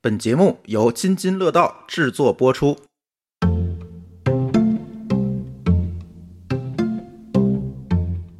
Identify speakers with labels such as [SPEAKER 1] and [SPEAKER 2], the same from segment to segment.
[SPEAKER 1] 本节目由津津乐道制作播出。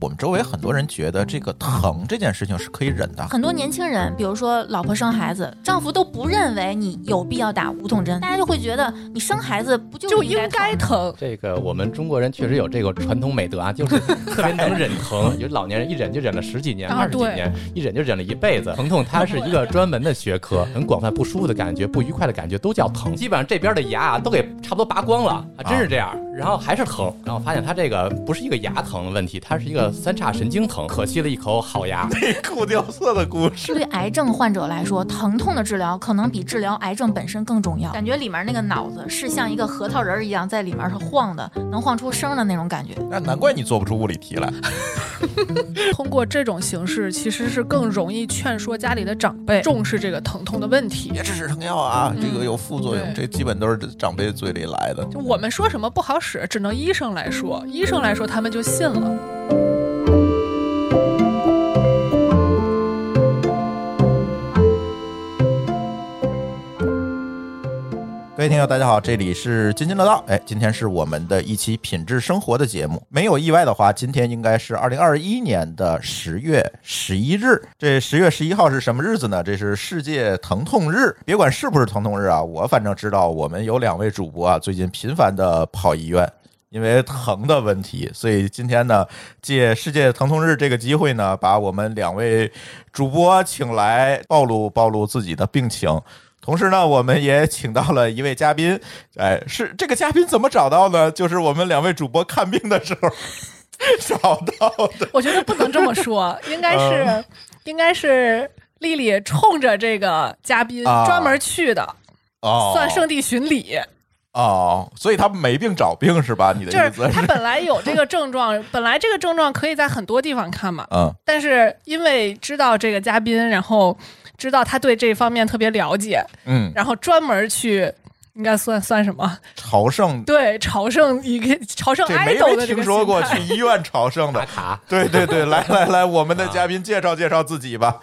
[SPEAKER 2] 我们周围很多人觉得这个疼这件事情是可以忍的，
[SPEAKER 3] 很多年轻人，比如说老婆生孩子，丈夫都不认为你有必要打无痛针，大家就会觉得你生孩子不就
[SPEAKER 4] 就
[SPEAKER 3] 应
[SPEAKER 4] 应该
[SPEAKER 3] 疼
[SPEAKER 4] 疼。
[SPEAKER 5] 这个我们中国人确实有这个传统美德 啊，就是特别能忍疼。有老年人一忍就忍了十几年、
[SPEAKER 4] 啊
[SPEAKER 5] 二十几
[SPEAKER 4] 对
[SPEAKER 5] 年，一忍就忍了一辈子。疼痛它是一个专门的学科，很广泛，不舒服的感觉、不愉快的感觉都叫疼。基本上这边的牙啊都给差不多拔光
[SPEAKER 4] 啊
[SPEAKER 5] 了，还真是这样。然后还是疼，然后发现它这个不是一个牙疼的问题，它是一个三叉神经疼。可惜了一口 好牙，
[SPEAKER 2] 哭掉色的故事。
[SPEAKER 3] 对癌症患者来说，疼痛的治疗可能比治疗癌症本身更重要。感觉里面那个脑子是像一个核桃仁儿一样在里面是晃的，能晃出声儿的那种感觉。
[SPEAKER 2] 那难怪你做不出物理题来。
[SPEAKER 4] 通过这种形式，其实是更容易劝说家里的长辈重视这个疼痛的问题
[SPEAKER 2] 别。吃止疼药啊，
[SPEAKER 4] 嗯
[SPEAKER 2] 这个有副作用，这
[SPEAKER 4] 对
[SPEAKER 2] 基本都是长辈嘴里来的。
[SPEAKER 4] 就我们说什么不好使，只能医生来说，医生来说他们就信了。
[SPEAKER 2] 各位听友，大家好，这里是津津乐道。哎，今天是我们的一期品质生活的节目。没有意外的话，今天应该是二零二一年的十月十一日。这十月十一号是什么日子呢？这是世界疼痛日。别管是不是疼痛日啊，我反正知道我们有两位主播啊，最近频繁的跑医院。因为疼的问题，所以今天呢，借世界疼痛日这个机会呢，把我们两位主播请来，暴露暴露自己的病情。同时呢，我们也请到了一位嘉宾，哎，是这个嘉宾怎么找到呢？就是我们两位主播看病的时候 找到的。
[SPEAKER 4] 我觉得不能这么 说，应该
[SPEAKER 2] 嗯
[SPEAKER 4] 是，应该是丽丽冲着这个嘉宾
[SPEAKER 2] 啊
[SPEAKER 4] 专门去的，
[SPEAKER 2] 哦，
[SPEAKER 4] 算圣地巡礼。
[SPEAKER 2] 哦，所以他没病找病是吧？你的
[SPEAKER 4] 就
[SPEAKER 2] 意
[SPEAKER 4] 是
[SPEAKER 2] 思
[SPEAKER 4] 他
[SPEAKER 2] 是？
[SPEAKER 4] 本来有这个症状，本来这个症状可以在很多地方看嘛，
[SPEAKER 2] 嗯，
[SPEAKER 4] 但是因为知道这个嘉宾，然后知道他对这方面特别了解，
[SPEAKER 2] 嗯，
[SPEAKER 4] 然后专门去。应该算算什么？
[SPEAKER 2] 朝圣，
[SPEAKER 4] 对，朝圣一个朝圣
[SPEAKER 2] 这没
[SPEAKER 4] idol
[SPEAKER 2] 没
[SPEAKER 4] 的这个
[SPEAKER 2] 听说过
[SPEAKER 4] 心态
[SPEAKER 2] 去医院朝圣
[SPEAKER 5] 打
[SPEAKER 2] 的。
[SPEAKER 5] 卡。啊
[SPEAKER 2] 对对对，来来来，我们的嘉宾介绍介绍自己吧。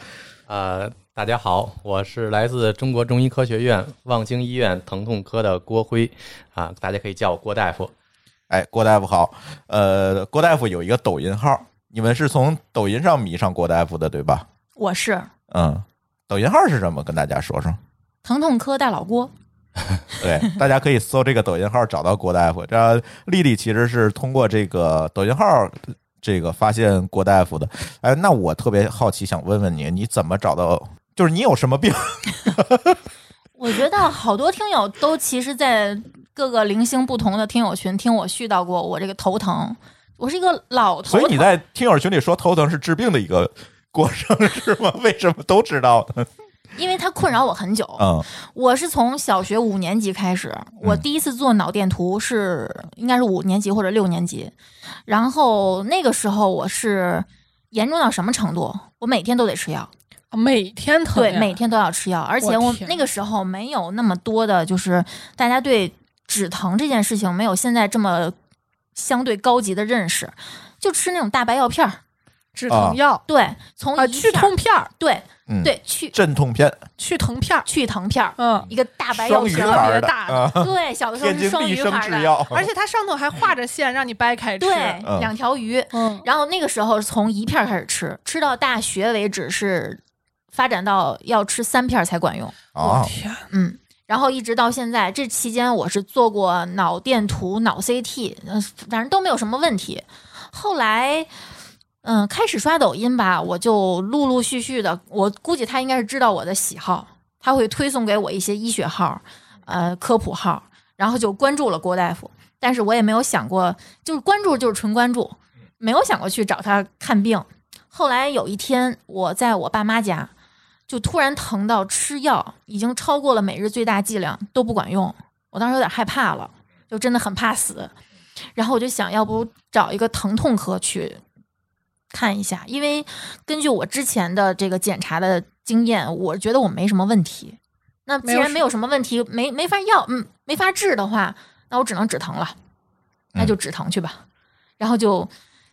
[SPEAKER 5] 呃，大家好，我是来自中国中医科学院望京医院疼痛科的郭辉，啊，大家可以叫我郭大夫。
[SPEAKER 2] 哎，郭大夫好，呃，郭大夫有一个抖音号，你们是从抖音上迷上郭大夫的对吧？
[SPEAKER 3] 我是
[SPEAKER 4] 啊
[SPEAKER 2] 嗯，抖音号是什么？跟大家说说。
[SPEAKER 3] 疼痛科大老郭，
[SPEAKER 2] 对，大家可以搜这个抖音号找到郭大夫。这样丽丽其实是通过这个抖音号这个发现郭大夫的。哎，那我特别好奇，想问问你，你怎么找到？就是你有什么病？
[SPEAKER 3] 我觉得好多听友都其实，在各个零星不同的听友群听我絮叨过我这个头疼。我是一个老头
[SPEAKER 2] 所
[SPEAKER 3] 疼，
[SPEAKER 2] 以你在听友群里说头疼是治病的一个过程是吗？为什么都知道呢？
[SPEAKER 3] 因为它困扰我很久。
[SPEAKER 2] 嗯
[SPEAKER 3] 我是从小学五年级开始，我第一次做脑电图是、应该是五年级或者六年级，然后那个时候我是严重到什么程度？我每天都得吃药，
[SPEAKER 4] 每天疼呀，
[SPEAKER 3] 对，每天都要吃药，而且我
[SPEAKER 4] 天
[SPEAKER 3] 那个时候没有那么多的，就是大家对止疼这件事情没有现在这么相对高级的认识，就吃那种大白药片儿，
[SPEAKER 4] 止
[SPEAKER 2] 啊
[SPEAKER 4] 疼药
[SPEAKER 3] 对，从
[SPEAKER 4] 啊，
[SPEAKER 3] 一
[SPEAKER 4] 去
[SPEAKER 3] 片儿
[SPEAKER 4] 痛片儿，
[SPEAKER 3] 对
[SPEAKER 2] 嗯，
[SPEAKER 3] 对去
[SPEAKER 2] 镇痛片，
[SPEAKER 4] 去疼片儿，
[SPEAKER 3] 去疼片儿，
[SPEAKER 2] 哦
[SPEAKER 4] 嗯，
[SPEAKER 3] 一个大白药
[SPEAKER 2] 双鱼
[SPEAKER 3] 片
[SPEAKER 4] 特别
[SPEAKER 3] 儿，
[SPEAKER 2] 牌儿的
[SPEAKER 4] 大
[SPEAKER 2] 啊，
[SPEAKER 3] 对，小的时候
[SPEAKER 2] 天
[SPEAKER 3] 是
[SPEAKER 2] 津
[SPEAKER 3] 双
[SPEAKER 2] 必
[SPEAKER 3] 鱼
[SPEAKER 2] 生
[SPEAKER 3] 牌儿的
[SPEAKER 2] 制。药。
[SPEAKER 4] 而且它上头还画着线，让你掰开吃。
[SPEAKER 3] 对，
[SPEAKER 2] 嗯
[SPEAKER 3] 两条鱼。
[SPEAKER 4] 嗯，
[SPEAKER 3] 然后那个时候从一片儿开始吃，吃到大学为止是发展到要吃三片儿才管用，
[SPEAKER 2] 啊
[SPEAKER 4] 我，天，
[SPEAKER 3] 嗯。然后一直到现在，这期间我是做过脑电图、脑 CT，呃反正都没有什么问题。后来，嗯、开始刷抖音吧，我就陆陆续续的，我估计他应该是知道我的喜好，他会推送给我一些医学号、呃科普号，然后就关注了郭大夫。但是我也没有想过，就是关注就是纯关注，没有想过去找他看病。后来有一天，我在我爸妈家，就突然疼到吃药已经超过了每日最大剂量都不管用，我当时有点害怕了，就真的很怕死。然后我就想要不找一个疼痛科去看一下，因为根据我之前的这个检查的经验，我觉得我没什么问题。那既
[SPEAKER 4] 没有
[SPEAKER 3] 然
[SPEAKER 4] 什
[SPEAKER 3] 没有什么问题，没没法药，嗯，没法治的话，那我只能止疼了，那
[SPEAKER 2] 嗯
[SPEAKER 3] 就止疼去吧。然后就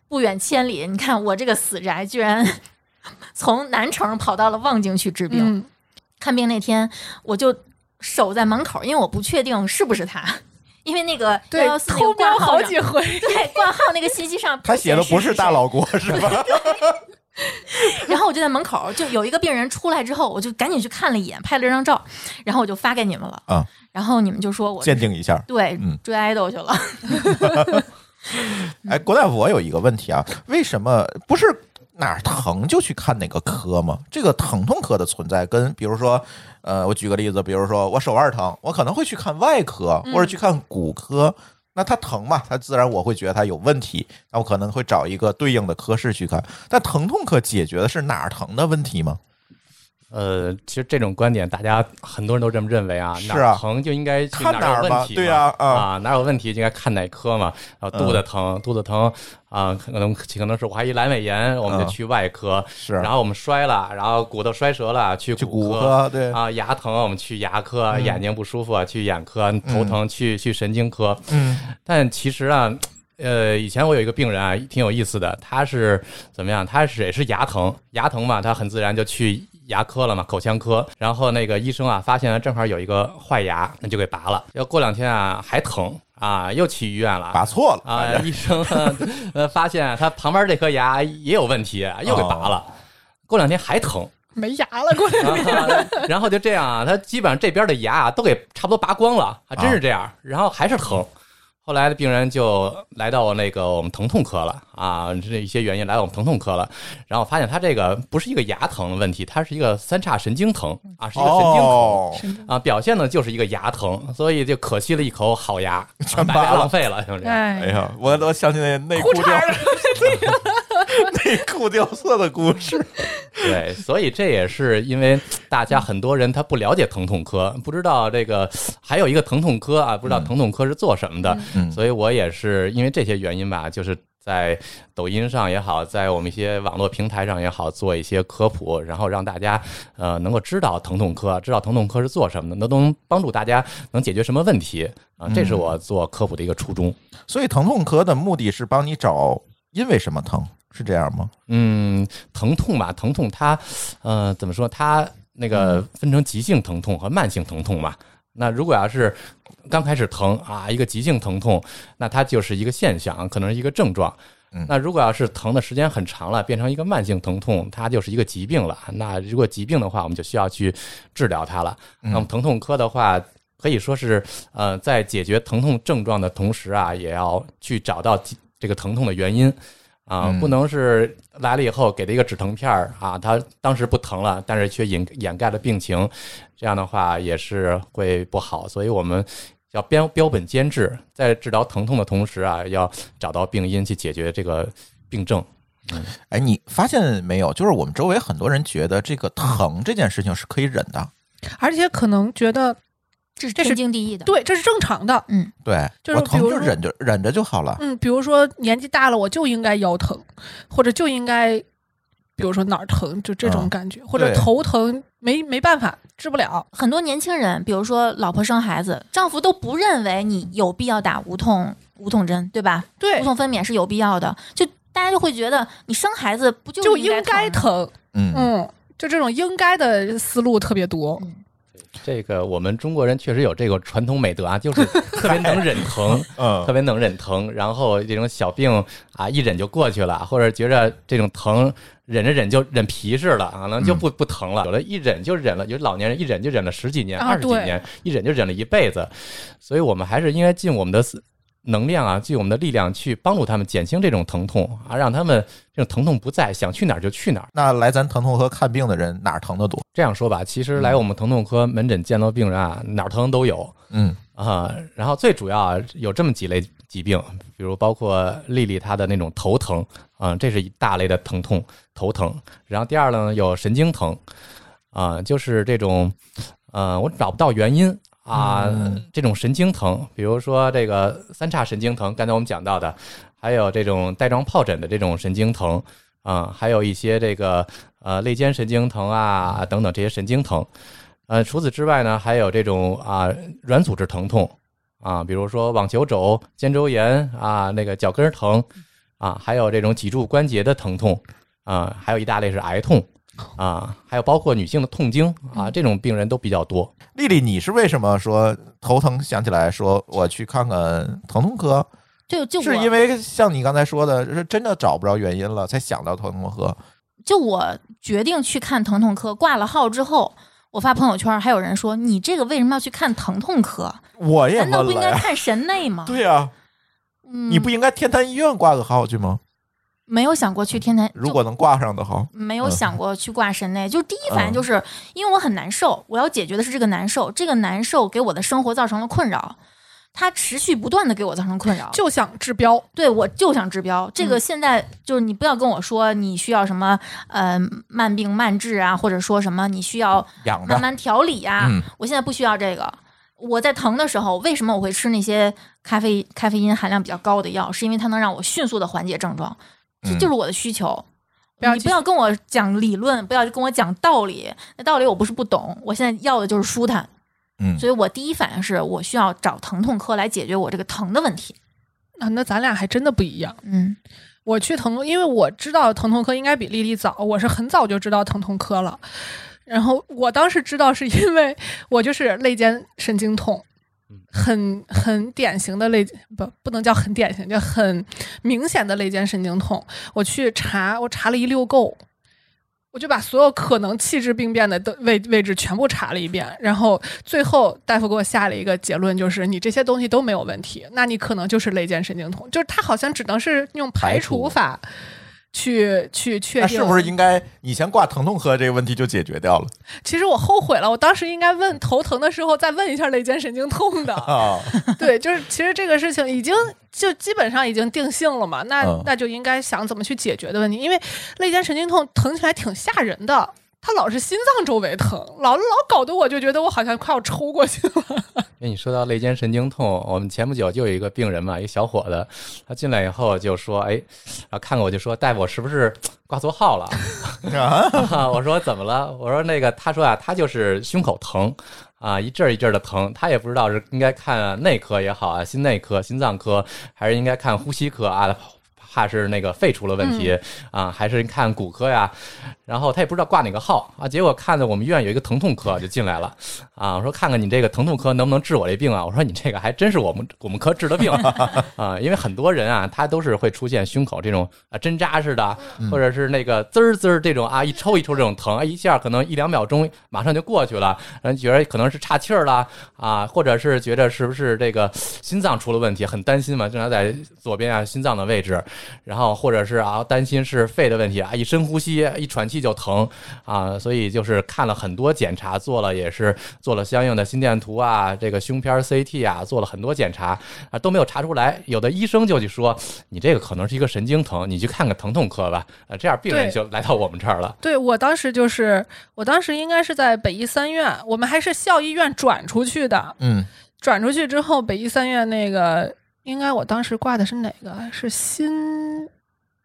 [SPEAKER 3] 不远千里，你看我这个死宅居然 从南城跑到了望京去治病。
[SPEAKER 4] 嗯，
[SPEAKER 3] 看病那天，我就守在门口，因为我不确定是不是他，因为那个幺
[SPEAKER 4] 对
[SPEAKER 3] 幺，四那
[SPEAKER 4] 偷
[SPEAKER 3] 个
[SPEAKER 4] 瞄
[SPEAKER 3] 挂号
[SPEAKER 4] 好
[SPEAKER 3] 上，
[SPEAKER 4] 几回，
[SPEAKER 3] 对挂号那个信息上
[SPEAKER 2] 他写的不是大
[SPEAKER 3] 佬。
[SPEAKER 2] 老郭是吧？
[SPEAKER 3] 然后我就在门口，就有一个病人出来之后，我就赶紧去看了一眼，拍了张照，然后我就发给你们了。
[SPEAKER 2] 啊，
[SPEAKER 3] 然后你们就说我
[SPEAKER 2] 鉴定一下。
[SPEAKER 3] 对
[SPEAKER 2] 嗯
[SPEAKER 3] 追爱豆去了，
[SPEAKER 2] 哎，郭大夫，我有一个问题啊，为什么不是哪儿疼就去看哪个科吗？这个疼痛科的存在跟比如说，呃，我举个例子，比如说我手腕疼，我可能会去看外科或者去看骨科。那它疼嘛，它自然我会觉得它有问题，那我可能会找一个对应的科室去看。但疼痛科解决的是哪儿疼的问题吗？
[SPEAKER 5] 呃，其实这种观点，大家很多人都这么认为啊，
[SPEAKER 2] 是
[SPEAKER 5] 哪
[SPEAKER 2] 啊
[SPEAKER 5] 儿疼就应该去
[SPEAKER 2] 看
[SPEAKER 5] 哪
[SPEAKER 2] 哪
[SPEAKER 5] 儿
[SPEAKER 2] 儿
[SPEAKER 5] 有
[SPEAKER 2] 嘛
[SPEAKER 5] 问？题
[SPEAKER 2] 对
[SPEAKER 5] 嘛
[SPEAKER 2] 呀、啊，嗯
[SPEAKER 5] 啊，哪有问题就应该看哪科嘛。然后肚子疼，肚子疼啊，可能可能是我还一阑尾炎，我们就
[SPEAKER 2] 嗯
[SPEAKER 5] 去外科。
[SPEAKER 2] 是，
[SPEAKER 5] 然后我们摔了，然后骨头摔折了，去
[SPEAKER 2] 去
[SPEAKER 5] 骨
[SPEAKER 2] 骨科对，
[SPEAKER 5] 啊，牙疼我们去牙科，
[SPEAKER 2] 嗯
[SPEAKER 5] 眼睛不舒服啊去眼科，头疼去去神经科。
[SPEAKER 2] 嗯
[SPEAKER 5] 但其实啊，呃，以前我有一个病人啊，挺有意思的，他是怎么样？他是也是牙疼，牙疼嘛，他很自然就去牙科了嘛，口腔科。然后那个医生啊，发现正好有一个坏牙，那就给拔了。要过两天啊，还疼啊，又去医院了。
[SPEAKER 2] 拔错了，
[SPEAKER 5] 啊，医生呃发现他旁边这颗牙也有问题，啊又给拔
[SPEAKER 2] 哦
[SPEAKER 5] 了。过两天还疼，
[SPEAKER 4] 没牙了， 过来。
[SPEAKER 5] 啊然后就这样啊，他基本上这边的牙啊都给差不多拔光了，还真是这样，然后还是疼。后来的病人就来到那个我们疼痛科了啊，这一些原因来到我们疼痛科了，然后发现他这个不是一个牙疼的问题，它是一个三叉神经疼啊，是一个神经疼。
[SPEAKER 2] 哦，
[SPEAKER 5] 啊，表现呢就是一个牙疼，所以就可惜了一口好牙，
[SPEAKER 2] 全
[SPEAKER 5] 白
[SPEAKER 2] 拔
[SPEAKER 5] 白
[SPEAKER 2] 了
[SPEAKER 5] 浪费了，就这样。
[SPEAKER 2] 哎
[SPEAKER 4] 哎，
[SPEAKER 2] 呀，我都想起那内裤掉 内裤掉色的故事。
[SPEAKER 5] 对，所以这也是因为大家很多人他不了解疼痛科，不知道这个还有一个疼痛科啊，不知道疼痛科是做什么的，
[SPEAKER 2] 嗯
[SPEAKER 5] 所以我也是因为这些原因吧，就是在抖音上也好，在我们一些网络平台上也好，做一些科普，然后让大家呃能够知道疼痛科，知道疼痛科是做什么的，那都能帮助大家能解决什么问题啊，这是我做科普的一个初衷。
[SPEAKER 2] 所以疼痛科的目的是帮你找因为什么疼，是这样吗？
[SPEAKER 5] 嗯，疼痛吧，疼痛它，呃，怎么说？它那个分成急性疼痛和慢性疼痛嘛。那如果要是刚开始疼啊，一个急性疼痛，那它就是一个现象，可能是一个症状
[SPEAKER 2] 嗯。
[SPEAKER 5] 那如果要是疼的时间很长了，变成一个慢性疼痛，它就是一个疾病了。那如果疾病的话，我们就需要去治疗它了。那么疼痛科的话，可以说是呃，在解决疼痛症状的同时啊，也要去找到这个疼痛的原因啊，
[SPEAKER 2] 嗯
[SPEAKER 5] 不能是来了以后给他一个止疼片儿啊，他当时不疼了，但是却掩掩盖了病情，这样的话也是会不好。所以我们要标标本兼治，在治疗疼痛的同时啊，要找到病因去解决这个病症。
[SPEAKER 2] 哎，你发现没有？就是我们周围很多人觉得这个疼这件事情是可以忍的。
[SPEAKER 4] 而且可能觉得
[SPEAKER 3] 这是
[SPEAKER 4] 这是
[SPEAKER 3] 天经地义的。
[SPEAKER 4] 对，这是正常的。
[SPEAKER 2] 对，
[SPEAKER 4] 就是
[SPEAKER 2] 我疼
[SPEAKER 4] 比如
[SPEAKER 2] 就
[SPEAKER 4] 说
[SPEAKER 2] 忍着忍着就好了。
[SPEAKER 4] 嗯，比如说年纪大了，我就应该腰疼，或者就应该，比如说哪儿疼，就这
[SPEAKER 2] 啊
[SPEAKER 4] 种感觉，或者
[SPEAKER 2] 对
[SPEAKER 4] 头疼，没没办法治不了。
[SPEAKER 3] 很多年轻人，比如说老婆生孩子，丈夫都不认为你有必要打无痛无痛针，对吧？
[SPEAKER 4] 对
[SPEAKER 3] 无，痛分娩是有必要的，就大家就会觉得你生孩子不就
[SPEAKER 4] 就
[SPEAKER 3] 应
[SPEAKER 4] 应该
[SPEAKER 3] 疼吗？啊
[SPEAKER 4] 疼。
[SPEAKER 2] 嗯，
[SPEAKER 4] 嗯，就这种应该的思路特别多。
[SPEAKER 5] 这个我们中国人确实有这个传统美德啊，就是特别能忍疼。
[SPEAKER 2] 嗯
[SPEAKER 5] 特别能忍疼，然后这种小病啊一忍就过去了，或者觉着这种疼忍着忍就忍皮实了，啊可能就不不疼了。有的一忍就忍了，有的老年人一忍就忍了十几年、
[SPEAKER 4] 啊
[SPEAKER 5] 二十几
[SPEAKER 4] 对
[SPEAKER 5] 年，一忍就忍了一辈子。所以我们还是应该尽我们的思能量啊，尽我们的力量去帮助他们减轻这种疼痛啊，让他们这种疼痛不在，想去哪儿就去哪儿。
[SPEAKER 2] 那来咱疼痛科看病的人哪儿疼的多？
[SPEAKER 5] 这样说吧，其实来我们疼痛科门诊见到病人啊，哪儿疼都有。
[SPEAKER 2] 嗯
[SPEAKER 5] 啊、然后最主要啊有这么几类疾病，比如包括丽丽她的那种头疼，啊、这是一大类的疼痛，头疼。然后第二呢，有神经疼，啊、就是这种，呃，我找不到原因啊、这种神经疼，比如说这个三叉神经疼，刚才我们讲到的，还有这种带状疱疹的这种神经疼，啊、还有一些这个呃肋间神经疼啊等等这些神经疼。呃，除此之外呢，还有这种啊、软组织疼痛啊，比如说网球肘、肩周炎啊，那个脚跟儿疼啊，还有这种脊柱关节的疼痛啊，还有一大类是癌痛啊，还有包括女性的痛经啊，这种病人都比较多。
[SPEAKER 2] 丽丽，你是为什么说头疼想起来说我去看看疼痛科？
[SPEAKER 3] 就就我
[SPEAKER 2] 是因为像你刚才说的，是真的找不着原因了才想到疼痛科。
[SPEAKER 3] 就我决定去看疼痛科，挂了号之后，我发朋友圈，还有人说你这个为什么要去看疼痛科？
[SPEAKER 2] 我也
[SPEAKER 3] 难道不
[SPEAKER 2] 问
[SPEAKER 3] 应
[SPEAKER 2] 了
[SPEAKER 3] 该
[SPEAKER 2] 哎呀，
[SPEAKER 3] 看神内吗？
[SPEAKER 2] 对呀、
[SPEAKER 3] 嗯，
[SPEAKER 2] 你不应该天坛医院挂个号去吗？
[SPEAKER 3] 没有想过去天坛？
[SPEAKER 2] 如
[SPEAKER 3] 就
[SPEAKER 2] 果能挂上的好，
[SPEAKER 3] 没有
[SPEAKER 2] 嗯
[SPEAKER 3] 想过去挂神内，就是第一反应
[SPEAKER 2] 嗯
[SPEAKER 3] 就是、因为我很难受，我要解决的是这个难受，这个难受给我的生活造成了困扰，它持续不断的给我造成困扰，
[SPEAKER 4] 就想治标，
[SPEAKER 3] 对我就想治标。这个
[SPEAKER 4] 嗯
[SPEAKER 3] 现在就是你不要跟我说你需要什么呃慢病慢治啊，或者说什么你需要
[SPEAKER 2] 养着
[SPEAKER 3] 慢。慢调理呀、
[SPEAKER 2] 嗯
[SPEAKER 3] 我现在不需要这个。我在疼的时候，为什么我会吃那些咖啡咖啡因含量比较高的药？是因为它能让我迅速的缓解症状，这
[SPEAKER 2] 嗯
[SPEAKER 3] 就是我的需求。
[SPEAKER 4] 不要
[SPEAKER 3] 你
[SPEAKER 4] 去
[SPEAKER 3] 不要跟我讲理论，不要跟我讲道理。那道理我不是不懂，我现在要的就是舒坦。
[SPEAKER 2] 嗯
[SPEAKER 3] 所以我第一反应是我需要找疼痛科来解决我这个疼的问题。
[SPEAKER 4] 啊，那咱俩还真的不一样。
[SPEAKER 3] 嗯
[SPEAKER 4] 我去疼痛，因为我知道疼痛科应该比丽丽早，我是很早就知道疼痛科了。然后我当时知道是因为我就是肋间神经痛，
[SPEAKER 2] 嗯
[SPEAKER 4] 很很典型的肋不不能叫很典型，就很明显的肋间神经痛。我去查，我查了一溜够，我就把所有可能器质病变的都位位置全部查了一遍，然后最后大夫给我下了一个结论，就是你这些东西都没有问题，那你可能就是肋间神经痛，就是他好像只能是用排
[SPEAKER 2] 排
[SPEAKER 4] 除
[SPEAKER 2] 除
[SPEAKER 4] 法去去确
[SPEAKER 2] 那
[SPEAKER 4] 定，
[SPEAKER 2] 是不是应该以前挂疼痛科这个问题就解决掉了
[SPEAKER 4] 其实我后悔了，我当时应该问头疼的时候再问一下肋间神经痛 的。
[SPEAKER 2] 啊？
[SPEAKER 4] 对，就是其实这个事情已经就基本上已经定性了嘛，那、
[SPEAKER 2] 嗯
[SPEAKER 4] 那就应该想怎么去解决的问题，因为肋间神经痛疼起来挺吓人的。它老是心脏周围疼，老老搞得我就觉得我好像快要抽过去了。
[SPEAKER 5] 那你说到肋间神经痛，我们前不久就有一个病人嘛，一个小伙子，他进来以后就说：“哎，然后看看我就说，大夫，我是不是挂错号了？”啊 我说怎么了？我说那个，他说啊，他就是胸口疼啊，一阵儿一阵儿的疼，他也不知道是应该看内科也好啊，心内科、心脏科，还是应该看呼吸科啊。怕是那个肺出了问题、啊，还是看骨科呀？然后他也不知道挂哪个号啊，结果看到我们医院有一个疼痛科就进来了，啊，我说看看你这个疼痛科能不能治我这病啊？我说你这个还真是我们我们科治的病啊，因为很多人啊，他都是会出现胸口这种啊针扎似的，或者是那个滋儿滋儿这种啊一抽一抽这种疼，啊一下可能一两秒钟马上就过去了，然后觉得可能是岔气儿了啊，或者是觉得是不是这个心脏出了问题，很担心嘛，经常在左边啊心脏的位置，然后或者是啊担心是肺的问题啊，一深呼吸一喘气就疼啊，所以就是看了很多检查，做了也是做了相应的心电图啊，这个胸片儿 CT 啊，做了很多检查啊都没有查出来，有的医生就去说你这个可能是一个神经疼，你去看看疼痛科吧，啊，这样病人
[SPEAKER 4] 对
[SPEAKER 5] 就来到我们这儿了。
[SPEAKER 4] 对我当时就是，我当时应该是在北医三院，我们还是校医院转出去的。
[SPEAKER 2] 嗯，
[SPEAKER 4] 转出去之后，北医三院那个，应该我当时挂的是哪个？啊是心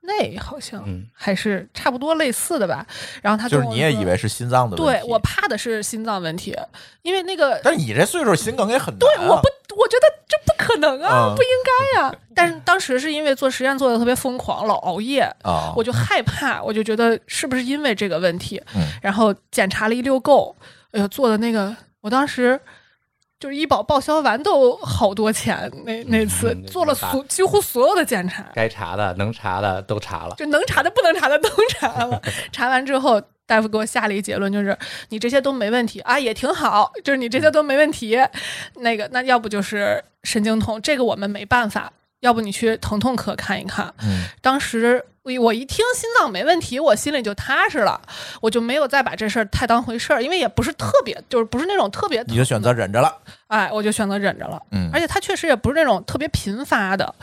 [SPEAKER 4] 内好像，
[SPEAKER 5] 嗯
[SPEAKER 4] 还是差不多类似的吧。然后他
[SPEAKER 2] 就是
[SPEAKER 4] 跟我
[SPEAKER 2] 你也
[SPEAKER 4] 说
[SPEAKER 2] 以为是心脏的问
[SPEAKER 4] 对
[SPEAKER 2] 题，
[SPEAKER 4] 我怕的是心脏问题，因为那个
[SPEAKER 2] 但是你这岁数心梗也很啊
[SPEAKER 4] 对
[SPEAKER 2] 对，
[SPEAKER 4] 我不，我觉得这不可能啊，
[SPEAKER 2] 嗯
[SPEAKER 4] 不应该呀、但是当时是因为做实验做的特别疯狂，老熬夜，
[SPEAKER 2] 啊，
[SPEAKER 4] 我就害怕，我就觉得是不是因为这个问题，
[SPEAKER 2] 嗯
[SPEAKER 4] 然后检查了一溜够，哎呦，做的那个，我当时就是医保报销完都好多钱，那那次
[SPEAKER 5] 嗯
[SPEAKER 4] 做了所几乎所有的检查，
[SPEAKER 5] 该查的、能查的都查了。
[SPEAKER 4] 就能查的不能查的都查了，查完之后。大夫给我下了一结论，就是你这些都没问题啊，也挺好，就是你这些都没问题。那个，那要不就是神经痛，这个我们没办法，要不你去疼痛科看一看。
[SPEAKER 2] 嗯
[SPEAKER 4] 当时我我一听心脏没问题，我心里就踏实了，我就没有再把这事儿太当回事儿，因为也不是特别，就是不是那种特别疼
[SPEAKER 2] 你就选择忍着了，
[SPEAKER 4] 哎，我就选择忍着了。
[SPEAKER 2] 嗯
[SPEAKER 4] 而且它确实也不是那种特别频发的。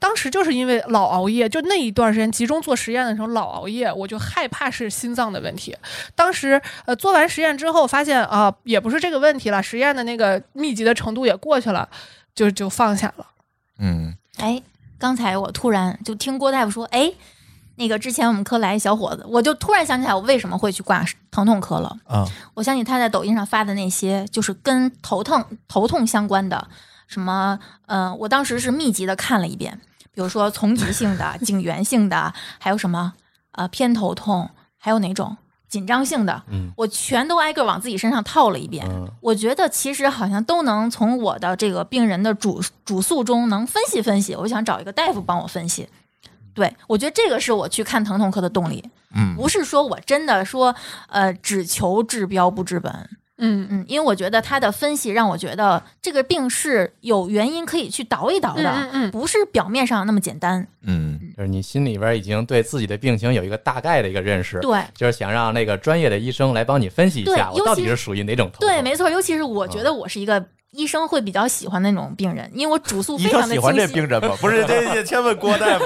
[SPEAKER 4] 当时就是因为老熬夜，就那一段时间集中做实验的时候老熬夜，我就害怕是心脏的问题。当时呃做完实验之后发现啊、也不是这个问题了，实验的那个密集的程度也过去了，就就放下了。
[SPEAKER 2] 嗯，
[SPEAKER 3] 哎，刚才我突然就听郭大夫说，哎，那个之前我们科来一小伙子，我就突然想起来我为什么会去挂疼痛科了。
[SPEAKER 2] 啊，
[SPEAKER 3] 我相信他在抖音上发的那些，就是跟头痛头痛相关的，什么，嗯、我当时是密集的看了一遍，比如 说丛集性的、颈源性的，还有什么，呃，偏头痛，还有哪种？紧张性的，
[SPEAKER 5] 嗯
[SPEAKER 3] 我全都挨个往自己身上套了一遍。
[SPEAKER 5] 嗯
[SPEAKER 3] 我觉得其实好像都能从我的这个病人的主主诉中能分析分析，我想找一个大夫帮我分析。对，我觉得这个是我去看疼痛科的动力，
[SPEAKER 2] 嗯，
[SPEAKER 3] 不是说我真的说呃只求治标不治本，
[SPEAKER 4] 嗯
[SPEAKER 3] 嗯，因为我觉得他的分析让我觉得这个病是有原因可以去倒一倒的，
[SPEAKER 4] 嗯嗯嗯
[SPEAKER 3] 不是表面上那么简单。
[SPEAKER 2] 嗯
[SPEAKER 5] 就是你心里边已经对自己的病情有一个大概的一个认识，
[SPEAKER 3] 对
[SPEAKER 5] 就是想让那个专业的医生来帮你分析一下，
[SPEAKER 3] 对
[SPEAKER 5] 我到底
[SPEAKER 3] 尤其
[SPEAKER 5] 是
[SPEAKER 3] 是
[SPEAKER 5] 属于哪种疼痛。
[SPEAKER 3] 对，没错，尤其是
[SPEAKER 2] 嗯
[SPEAKER 3] 我觉得我是一个医生会比较喜欢那种病人，因为我主诉
[SPEAKER 2] 医
[SPEAKER 3] 非
[SPEAKER 2] 生
[SPEAKER 3] 常的
[SPEAKER 2] 喜欢
[SPEAKER 3] 清
[SPEAKER 2] 这
[SPEAKER 3] 晰
[SPEAKER 2] 病。人吗？ 不是，这这千问郭大 夫。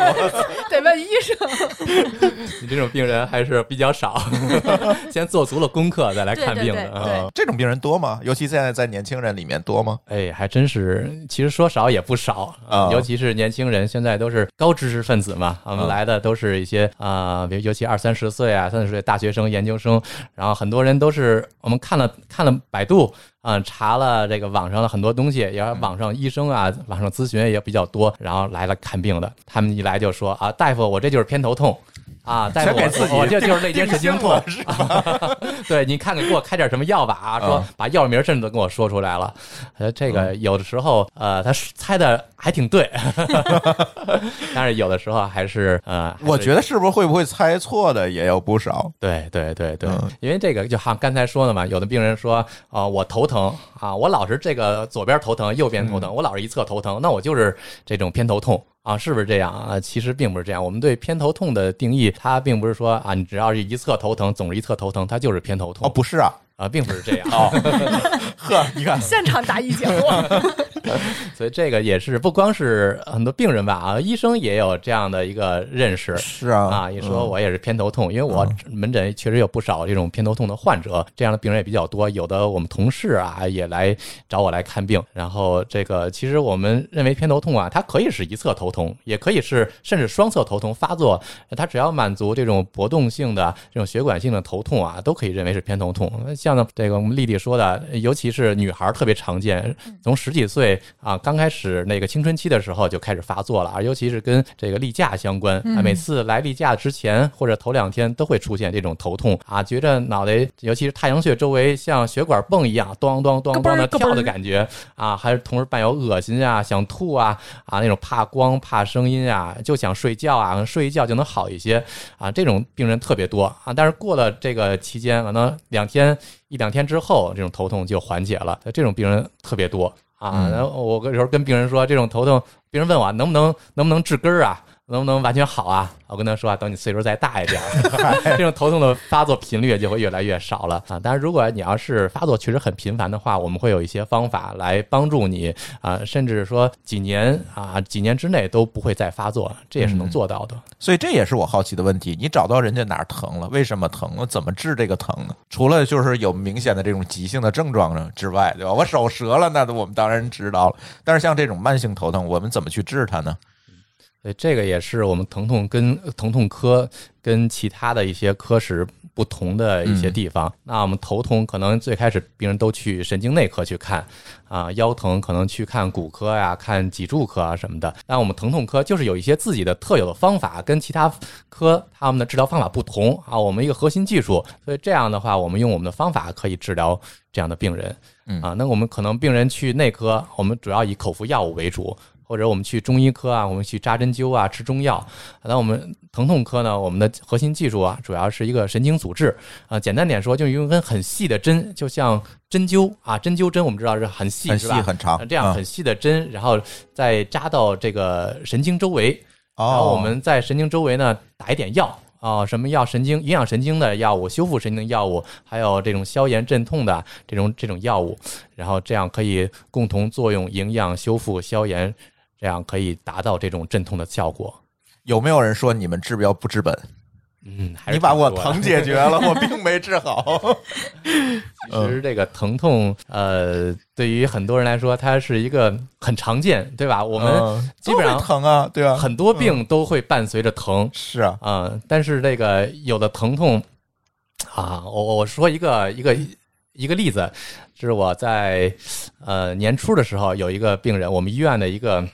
[SPEAKER 4] 得问医生。
[SPEAKER 5] 你 这种病人还是比 较少， 先做足了功课再来看
[SPEAKER 3] 对
[SPEAKER 5] 病
[SPEAKER 3] 对
[SPEAKER 5] 的。
[SPEAKER 3] 对
[SPEAKER 5] 啊。
[SPEAKER 2] 呃这种病人多吗？尤其现在在年轻人里面多吗？
[SPEAKER 5] 哎，还真是，其实说少也不少
[SPEAKER 2] 啊
[SPEAKER 5] 尤其是年轻人，现在都是高知识分子嘛，我们
[SPEAKER 2] 啊
[SPEAKER 5] 来的都是一些啊，比、如尤其二三十岁啊，三十岁大学生、研究生，然后很多人都是我们看了看了百度啊、查了这个网上的很多东西，然后网上医生啊，网上咨询也比较多，然后来了看病的，他们一来就说啊，大夫，我这就是偏头痛。啊，大夫，
[SPEAKER 2] 全给自己
[SPEAKER 5] 我我这就是肋间神经
[SPEAKER 2] 定性
[SPEAKER 5] 痛
[SPEAKER 2] 了，是
[SPEAKER 5] 对你看看，给我开点什么药吧啊！说
[SPEAKER 2] 嗯
[SPEAKER 5] 把药名甚至都跟我说出来了，呃，这个有的时候呃，他猜的还 挺对，但是有的时候还是呃，
[SPEAKER 2] 我
[SPEAKER 5] 得。
[SPEAKER 2] 觉得是不是会不会猜错的也有不少？
[SPEAKER 5] 对对对对，
[SPEAKER 2] 嗯
[SPEAKER 5] 因为这个就像刚才说的嘛，有的病人说啊、我头疼啊，我老是这个左边头疼，右边头疼，
[SPEAKER 2] 嗯
[SPEAKER 5] 我老是一侧头疼，那我就是这种偏头痛啊，是不是这样啊？其实并不是这样，我们对偏头痛的定义，它并不是说啊，你只要是一侧头疼，总是一侧头疼，它就是偏头
[SPEAKER 2] 哦，
[SPEAKER 5] 痛啊、
[SPEAKER 2] 不是啊，
[SPEAKER 5] 并不是这样。
[SPEAKER 2] 哦， 呵，你看，
[SPEAKER 4] 现场答疑解惑，
[SPEAKER 5] 所以这个也是不光是很多病人吧啊，医生也有这样的一个认识。
[SPEAKER 2] 是啊，
[SPEAKER 5] 啊，一说我也是偏头痛，因为我门诊确实有不少这种偏头痛的患者，这样的病人也比较多。有的我们同事啊也来找我来看病，然后这个其实我们认为偏头痛啊，它可以是一侧头痛，也可以是甚至双侧头痛发作，它只要满足这种搏动性的、这种血管性的头痛啊，都可以认为是偏头痛。像这个我们丽丽说的，尤其是女孩儿特别常见，从十几岁啊刚开始那个青春期的时候就开始发作了，啊，尤其是跟这个例假相关。啊，每次来例假之前或者头两天都会出现这种头痛啊，觉着脑袋尤其是太阳穴周围像血管泵一样咚咚咚咚
[SPEAKER 4] 咯嘣儿
[SPEAKER 5] 的
[SPEAKER 4] 咯嘣儿
[SPEAKER 5] 跳的感觉啊，还是同时伴有恶心啊、想吐啊啊那种怕光、怕声音啊，就想睡觉啊，睡一觉就能好一些。啊，这种病人特别多啊。但是过了这个期间，可能两天一两天之后，这种头痛就缓解了。这种病人特别多啊。
[SPEAKER 2] 嗯
[SPEAKER 5] 然后我有时候跟病人说，这种头痛，病人问我能不能能不能治根儿啊，能不能完全好啊？我跟他说啊，等你岁数再大一点 儿，这种头痛的发作频率也就会越来越少了啊。当然，如果你要是发作确实很频繁的话，我们会有一些方法来帮助你啊，甚至说几年啊几年之内都不会再发作，这也是能
[SPEAKER 2] 嗯
[SPEAKER 5] 做到的。
[SPEAKER 2] 所以这也是我好奇的问题，你找到人家哪儿疼了，为什么疼了，怎么治这个疼呢？除了就是有明显的这种急性的症状呢之外，对吧？我手折了，那我们当然知道了。但是像这种慢性头疼，我们怎么去治它呢？
[SPEAKER 5] 对，这个也是我们疼痛跟呃疼痛科跟其他的一些科室不同的一些地方。那我们头痛可能最开始病人都去神经内科去看啊，腰疼可能去看骨科呀、看脊柱科啊什么的。但我们疼痛科就是有一些自己的特有的方法，跟其他科他们的治疗方法不同啊。我们一个核心技术，所以这样的话，我们用我们的方法可以治疗这样的病人。
[SPEAKER 2] 嗯
[SPEAKER 5] 啊，那我们可能病人去内科，我们主要以口服药物为主，或者我们去中医科啊，我们去扎针灸啊，吃中药。那我们疼痛科呢，我们的核心技术啊，主要是一个神经阻滞啊。简单点说，就是用一根很细的针，就像针灸啊，针灸针我们知道是很细，
[SPEAKER 2] 很
[SPEAKER 5] 是
[SPEAKER 2] 细
[SPEAKER 5] 吧啊
[SPEAKER 2] 很长，
[SPEAKER 5] 这样很
[SPEAKER 2] 嗯
[SPEAKER 5] 细的针，然后再扎到这个神经周围，然
[SPEAKER 2] 哦，
[SPEAKER 5] 后我们在神经周围呢打一点药啊、什么药？神经营养神经的药物、修复神经的药物，还有这种消炎镇痛的这种这种药物，然后这样可以共同作用营养、修复、消炎，这样可以达到这种镇痛的效果。
[SPEAKER 2] 有没有人说你们治标不治本？
[SPEAKER 5] 嗯，还是
[SPEAKER 2] 你把
[SPEAKER 5] 挺
[SPEAKER 2] 我
[SPEAKER 5] 多的
[SPEAKER 2] 疼解决了，我并没治好。
[SPEAKER 5] 嗯其实这个疼痛，呃，对于很多人来说，它是一个很常见，对吧？我
[SPEAKER 2] 我
[SPEAKER 5] 们 基本上
[SPEAKER 2] 嗯疼啊，对吧？
[SPEAKER 5] 很多病都会伴随着疼，
[SPEAKER 2] 是啊，
[SPEAKER 5] 啊、但是这个有的疼痛啊，我我说一个一个一个例子，这是我在呃年初的时候有一个病人，我们医院的一个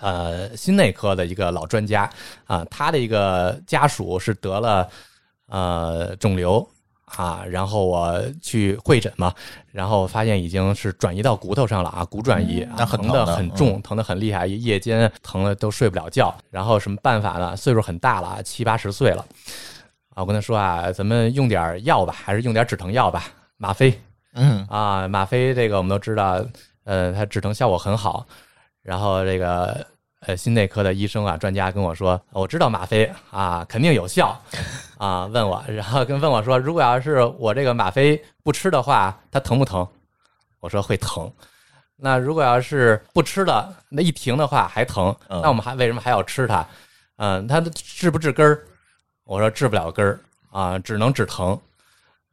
[SPEAKER 5] 呃心内科的一个老专家啊、他的一个家属是得了呃肿瘤啊，然后我去会诊嘛，然后发现已经是转移到骨头上了啊，骨转移，啊
[SPEAKER 2] 嗯那很
[SPEAKER 5] 疼
[SPEAKER 2] 疼
[SPEAKER 5] 的
[SPEAKER 2] 的
[SPEAKER 5] 很重，疼的很厉害，夜间疼的都睡不了觉。然后什么办法呢？岁数很大了啊，七八十岁了啊，我跟他说啊，咱们用点药吧，还是用点止疼药吧，吗啡
[SPEAKER 2] 嗯，
[SPEAKER 5] 啊，吗啡这个我们都知道，呃，它止疼效果很好。然后这个呃心内科的医生啊专家跟我说，我知道吗啡啊肯定有效啊，问我，然后跟问我说，如果要是我这个吗啡不吃的话，它疼不疼？我说会疼。那如果要是不吃了，那一停的话还疼，
[SPEAKER 2] 嗯
[SPEAKER 5] 那我们还为什么还要吃它？嗯，它治不治根儿？我说治不了根儿啊，只能止疼。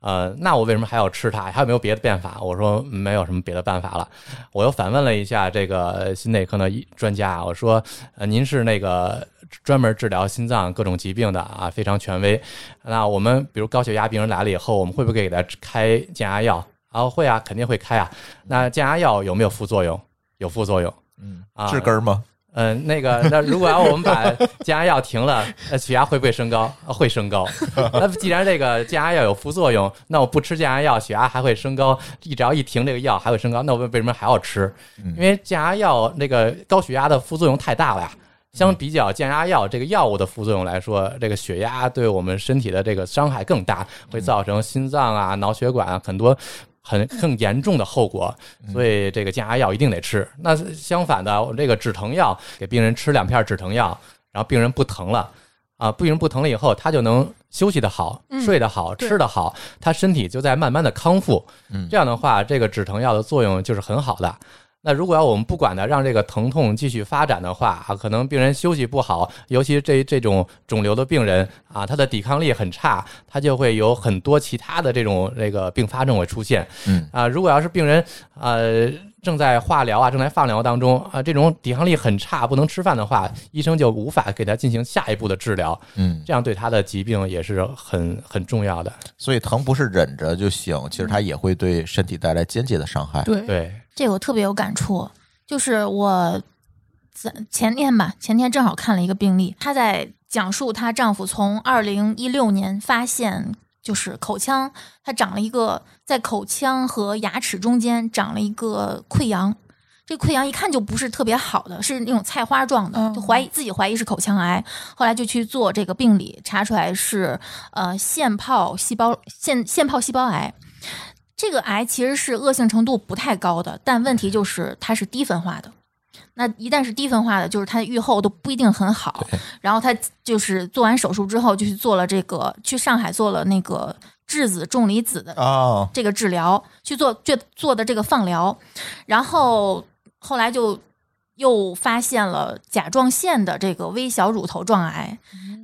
[SPEAKER 5] 呃，那我为什么还要吃它？还有没有别的办法？我说嗯没有什么别的办法了。我又反问了一下这个呃心内科的医专家，我说：“呃，您是那个专门治疗心脏各种疾病的啊，非常权威。那我们比如高血压病人来了以后，我们会不会给他开降压药？啊，会啊，肯定会开啊。那降压药有没有副作用？有副作用。
[SPEAKER 2] 嗯
[SPEAKER 5] 啊，
[SPEAKER 2] 治根儿吗？
[SPEAKER 5] 嗯，那个，那如果要我们把降压药停了，那血压会不会升高？啊会升高。那既然这个降压药有副作用，那我不吃降压药，血压还会升高。一只要一停这个药还会升高，那我为什么还要吃？因为降压药那个高血压的副作用太大了呀。相比较降压药这个药物的副作用来说，这个血压对我们身体的这个伤害更大，会造成心脏啊、脑血管啊很多很更严重的后果。所以这个降压药一定得吃。那相反的，我这个止疼药给病人吃两片止疼药，然后病人不疼了啊，病人不疼了以后，他就能休息的好、
[SPEAKER 4] 嗯
[SPEAKER 5] 睡得好、
[SPEAKER 4] 对
[SPEAKER 5] 吃得好，他身体就在慢慢的康复。
[SPEAKER 2] 嗯
[SPEAKER 5] 这样的话，这个止疼药的作用就是很好的。那如果要我们不管它，让这个疼痛继续发展的话啊，可能病人休息不好，尤其这这种肿瘤的病人啊，他的抵抗力很差，他就会有很多其他的这种这个并发症会出现。
[SPEAKER 2] 嗯
[SPEAKER 5] 啊，如果要是病人呃正在化疗啊，正在放疗当中啊，这种抵抗力很差，不能吃饭的话，医生就无法给他进行下一步的治疗，
[SPEAKER 2] 嗯，
[SPEAKER 5] 这样对他的疾病也是很很重要的。
[SPEAKER 2] 所以疼不是忍着就行，其实它也会对身体带来间接的伤害。
[SPEAKER 4] 对，
[SPEAKER 5] 嗯对，
[SPEAKER 3] 这个我特别有感触，就是我前前天吧，前天正好看了一个病例，她在讲述她丈夫从二零一六年发现就是口腔，它长了一个在口腔和牙齿中间长了一个溃疡。这溃疡一看就不是特别好的，是那种菜花状的，
[SPEAKER 4] 嗯
[SPEAKER 3] 就怀疑自己怀疑是口腔癌，后来就去做这个病理，查出来是呃腺泡细胞腺腺泡细胞癌。这个癌其实是恶性程度不太高的，但问题就是它是低分化的。那一旦是低分化的，就是它预后都不一定很好。然后她就是做完手术之后，就去做了这个，去上海做了那个质子重离子的
[SPEAKER 2] 哦，
[SPEAKER 3] 这个治疗，去做做做的这个放疗，然后后来就又发现了甲状腺的这个微小乳头状癌。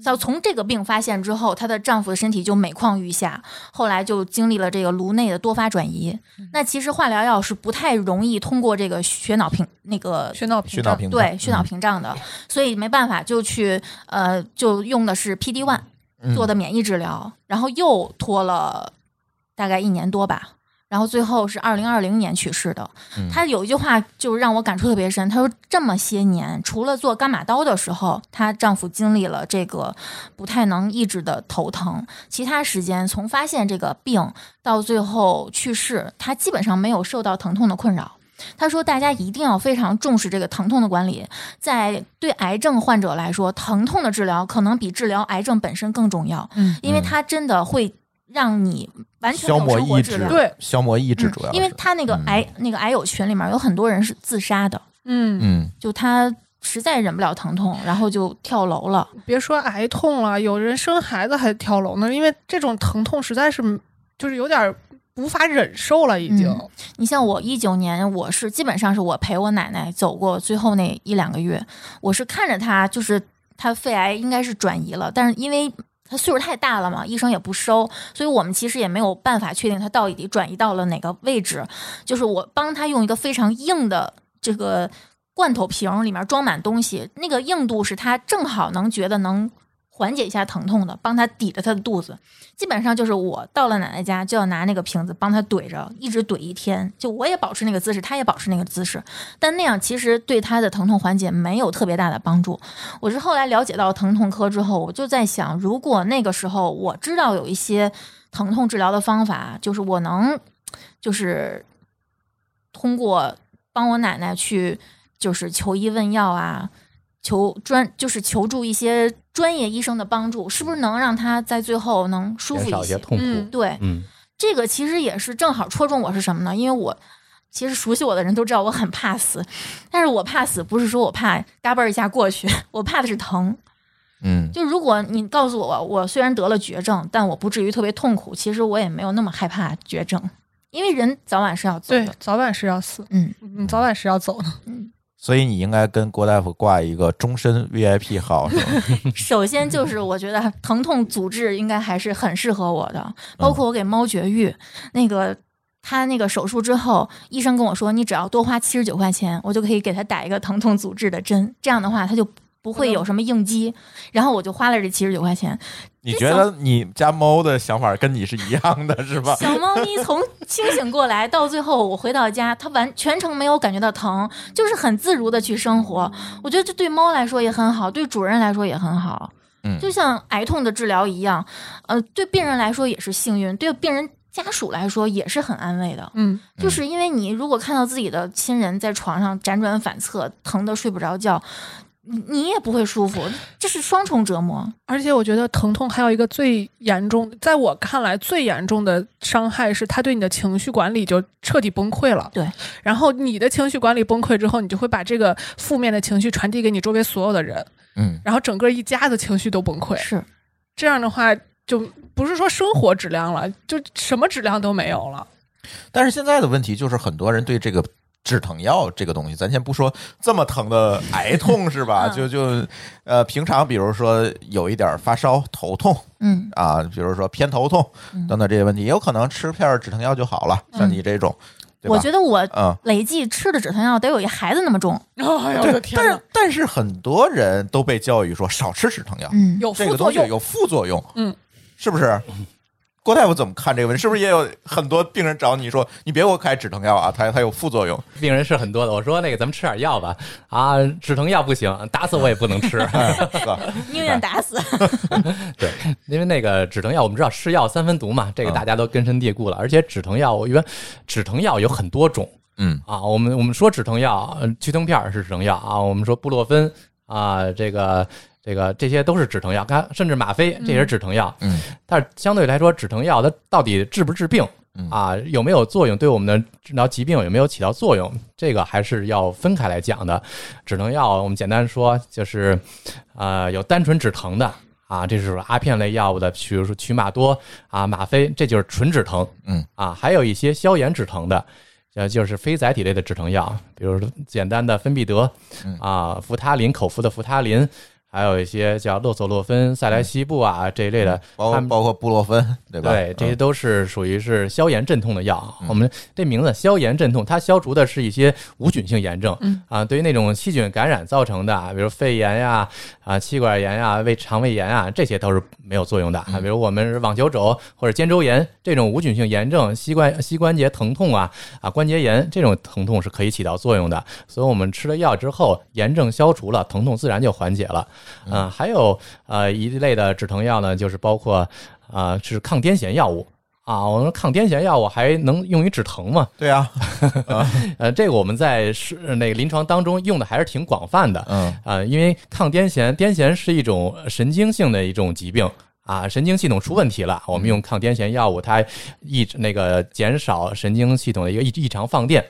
[SPEAKER 3] 到从这个病发现之后，她的丈夫的身体就每况愈下，后来就经历了这个颅内的多发转移。那其实化疗药是不太容易通过这个血脑屏那个
[SPEAKER 4] 血脑
[SPEAKER 2] 血脑屏
[SPEAKER 4] 屏障
[SPEAKER 2] 障
[SPEAKER 3] 啊
[SPEAKER 2] 嗯
[SPEAKER 3] 对，血脑屏障的，所以没办法，就去呃，就用的是 PD one
[SPEAKER 2] 嗯
[SPEAKER 3] 做的免疫治疗，然后又拖了大概一年多吧，然后最后是二零二零年去世的。
[SPEAKER 2] 嗯
[SPEAKER 3] 他有一句话就是让我感触特别深，他说这么些年，除了做伽马刀的时候，她丈夫经历了这个不太能抑制的头疼，其他时间从发现这个病到最后去世，她基本上没有受到疼痛的困扰。他说：“大家一定要非常重视这个疼痛的管理，在对癌症患者来说，疼痛的治疗可能比治疗癌症本身更重要，
[SPEAKER 4] 嗯
[SPEAKER 3] 因为它真的会让你完全
[SPEAKER 2] 消
[SPEAKER 3] 没
[SPEAKER 2] 磨
[SPEAKER 3] 有生活
[SPEAKER 2] 意
[SPEAKER 3] 质
[SPEAKER 2] 志，
[SPEAKER 3] 量。
[SPEAKER 4] 对
[SPEAKER 2] 消磨意志
[SPEAKER 3] 嗯
[SPEAKER 2] 主要是，
[SPEAKER 3] 因为他那个癌、那个癌友群里面有很多人是自杀的，
[SPEAKER 4] 嗯，
[SPEAKER 2] 嗯，
[SPEAKER 3] 就他实在忍不了疼痛，然后就跳楼了。
[SPEAKER 4] 别说癌痛了，有人生孩子还跳楼呢，因为这种疼痛实在是就是有点儿无法忍受了，已经。
[SPEAKER 3] 嗯你像我一九年，我是基本上是我陪我奶奶走过最后那一两个月，我是看着她，就是她肺癌应该是转移了，但是因为她岁数太大了嘛，医生也不收，所以我们其实也没有办法确定她到底转移到了哪个位置。就是我帮她用一个非常硬的这个罐头瓶里面装满东西，那个硬度是她正好能觉得能。缓解一下疼痛的，帮他抵着他的肚子。基本上就是我到了奶奶家就要拿那个瓶子帮他怼着，一直怼一天。就我也保持那个姿势，他也保持那个姿势，但那样其实对他的疼痛缓解没有特别大的帮助。我是后来了解到疼痛科之后，我就在想，如果那个时候我知道有一些疼痛治疗的方法，就是我能，就是通过帮我奶奶去，就是求医问药啊，求专就是求助一些专业医生的帮助，是不是能让她在最后能舒
[SPEAKER 5] 减
[SPEAKER 3] 服
[SPEAKER 5] 少一些痛
[SPEAKER 4] 嗯
[SPEAKER 5] 苦。
[SPEAKER 3] 对，
[SPEAKER 5] 嗯，
[SPEAKER 3] 这个其实也是正好戳中我是什么呢？因为我其实熟悉我的人都知道我很怕死，但是我怕死不是说我怕嘎嘣儿一下过去， 我怕的是疼。
[SPEAKER 2] 嗯，
[SPEAKER 3] 就如果你告诉我，我虽然得了绝症，但我不至于特别痛苦，其实我也没有那么害怕绝症，因为人早晚是要走
[SPEAKER 4] 对
[SPEAKER 3] 的。，
[SPEAKER 4] 早晚是要死，
[SPEAKER 3] 嗯，
[SPEAKER 4] 你早晚是要走的。
[SPEAKER 2] 所以你应该跟郭大夫挂一个终身 VIP 号，是吧？
[SPEAKER 3] 首先就是我觉得疼痛阻滞应该还是很适合我的，包括我给猫绝育、那个。他那个手术之后，医生跟我说，你只要多花七十九块钱，我就可以给他打一个疼痛阻滞的针。这样的话，他就不会有什么应激。然后我就花了这七十九块钱，
[SPEAKER 2] 你觉得你家猫的想法跟你是一样的，是吧？
[SPEAKER 3] 小猫咪从清醒过来到最后我回到家，它完全程没有感觉到疼，就是很自如的去生活。我觉得这对猫来说也很好，对主人来说也很好。
[SPEAKER 2] 嗯
[SPEAKER 3] 就像癌痛的治疗一样，呃，对病人来说也是幸运，对病人家属来说也是很安慰的。
[SPEAKER 4] 嗯，
[SPEAKER 3] 就是因为你如果看到自己的亲人在床上辗转反侧，疼得睡不着觉，你你也不会舒服，这是双重折磨。
[SPEAKER 4] 而且我觉得疼痛还有一个最严重，在我看来最严重的伤害是它对你的情绪管理就彻底崩溃了。
[SPEAKER 3] 对，
[SPEAKER 4] 然后你的情绪管理崩溃之后，你就会把这个负面的情绪传递给你周围所有的人，
[SPEAKER 2] 嗯，
[SPEAKER 4] 然后整个一家子情绪都崩溃。
[SPEAKER 3] 是，
[SPEAKER 4] 这样的话，就不是说生活质量了，就什么质量都没有了。
[SPEAKER 2] 但是现在的问题就是，很多人对这个止疼药这个东西，咱先不说这么疼的癌痛是吧？
[SPEAKER 3] 嗯
[SPEAKER 2] 就就呃，平常比如说有一点发烧、头痛
[SPEAKER 3] 嗯，
[SPEAKER 2] 啊，比如说偏头痛
[SPEAKER 3] 嗯
[SPEAKER 2] 等等这些问题，也有可能吃片儿止疼药就好了。像你这种，对吧？
[SPEAKER 3] 我觉得我
[SPEAKER 2] 嗯，
[SPEAKER 3] 累计吃的止疼药得有一孩子那么重。
[SPEAKER 4] 哎呀，我的天
[SPEAKER 2] 但
[SPEAKER 4] 呐
[SPEAKER 2] 是，但是很多人都被教育说少吃止疼药，
[SPEAKER 3] 嗯，
[SPEAKER 4] 有
[SPEAKER 2] 这
[SPEAKER 4] 副
[SPEAKER 2] 个东
[SPEAKER 4] 作
[SPEAKER 2] 西
[SPEAKER 4] 用。
[SPEAKER 2] 有副作用，
[SPEAKER 4] 嗯，
[SPEAKER 2] 是不是？郭大夫怎么看这个问题？是不是也有很多病人找你说，你别给我开止疼药啊，它它有副作用。
[SPEAKER 5] 病人是很多的。我说那个咱们吃点药吧，啊，止疼药不行，打死我也不能吃，
[SPEAKER 2] 哎是 吧
[SPEAKER 3] 宁愿打死。
[SPEAKER 5] 因为那个止疼药我们知道是药三分毒嘛，这个
[SPEAKER 2] 嗯
[SPEAKER 5] 大家都根深蒂固了。而且止疼药，我原止疼药有很多种
[SPEAKER 2] 嗯
[SPEAKER 5] 啊，我们我们说止疼药，呃屈疼片儿是止疼药啊，我们说布洛芬啊，这个。这个这些都是止疼药，看甚至吗啡这也是止疼药，
[SPEAKER 2] 嗯，
[SPEAKER 5] 但是相对来说，止疼药它到底治不治病
[SPEAKER 2] 嗯
[SPEAKER 5] 啊，有没有作用，对我们的治疗疾病有没有起到作用，这个还是要分开来讲的。止疼药我们简单说就是，呃，有单纯止疼的啊，这是阿片类药物的，比如说曲马多啊、吗啡，这就是纯止疼，
[SPEAKER 2] 嗯
[SPEAKER 5] 啊，还有一些消炎止疼的。呃，就是非载体类的止疼药，比如说简单的芬必得
[SPEAKER 2] 嗯，
[SPEAKER 5] 啊，扶他林口服的扶他林，还有一些叫洛索洛芬、塞来昔布啊这一类的，
[SPEAKER 2] 包
[SPEAKER 5] 他
[SPEAKER 2] 括
[SPEAKER 5] 们
[SPEAKER 2] 包括布洛芬，对吧？
[SPEAKER 5] 对，这些
[SPEAKER 2] 嗯
[SPEAKER 5] 都是属于是消炎镇痛的药。
[SPEAKER 2] 嗯
[SPEAKER 5] 我们这名字“消炎镇痛”，它消除的是一些无菌性炎症、
[SPEAKER 4] 嗯
[SPEAKER 5] 啊，对于那种细菌感染造成的啊，比如肺炎呀、啊、气管炎呀、胃肠胃炎啊，这些都是没有作用的
[SPEAKER 2] 嗯
[SPEAKER 5] 啊。比如我们是网球肘或者肩周炎这种无菌性炎症、膝关膝关节疼痛啊、啊关节炎这种疼痛是可以起到作用的。所以我们吃了药之后，炎症消除了，疼痛自然就缓解了。嗯、还有呃一类的止疼药呢，就是包括啊、是抗癫痫药物啊。我们抗癫痫药物还能用于止疼吗？
[SPEAKER 2] 对啊，
[SPEAKER 5] 呃，这个我们在是呃那个临床当中用的还是挺广泛的。
[SPEAKER 2] 嗯
[SPEAKER 5] 呃，因为抗癫痫，癫痫是一种呃神经性的一种疾病。啊，神经系统出问题了，我们用抗癫痫药物，它抑制那个减少神经系统的一个异异常放电。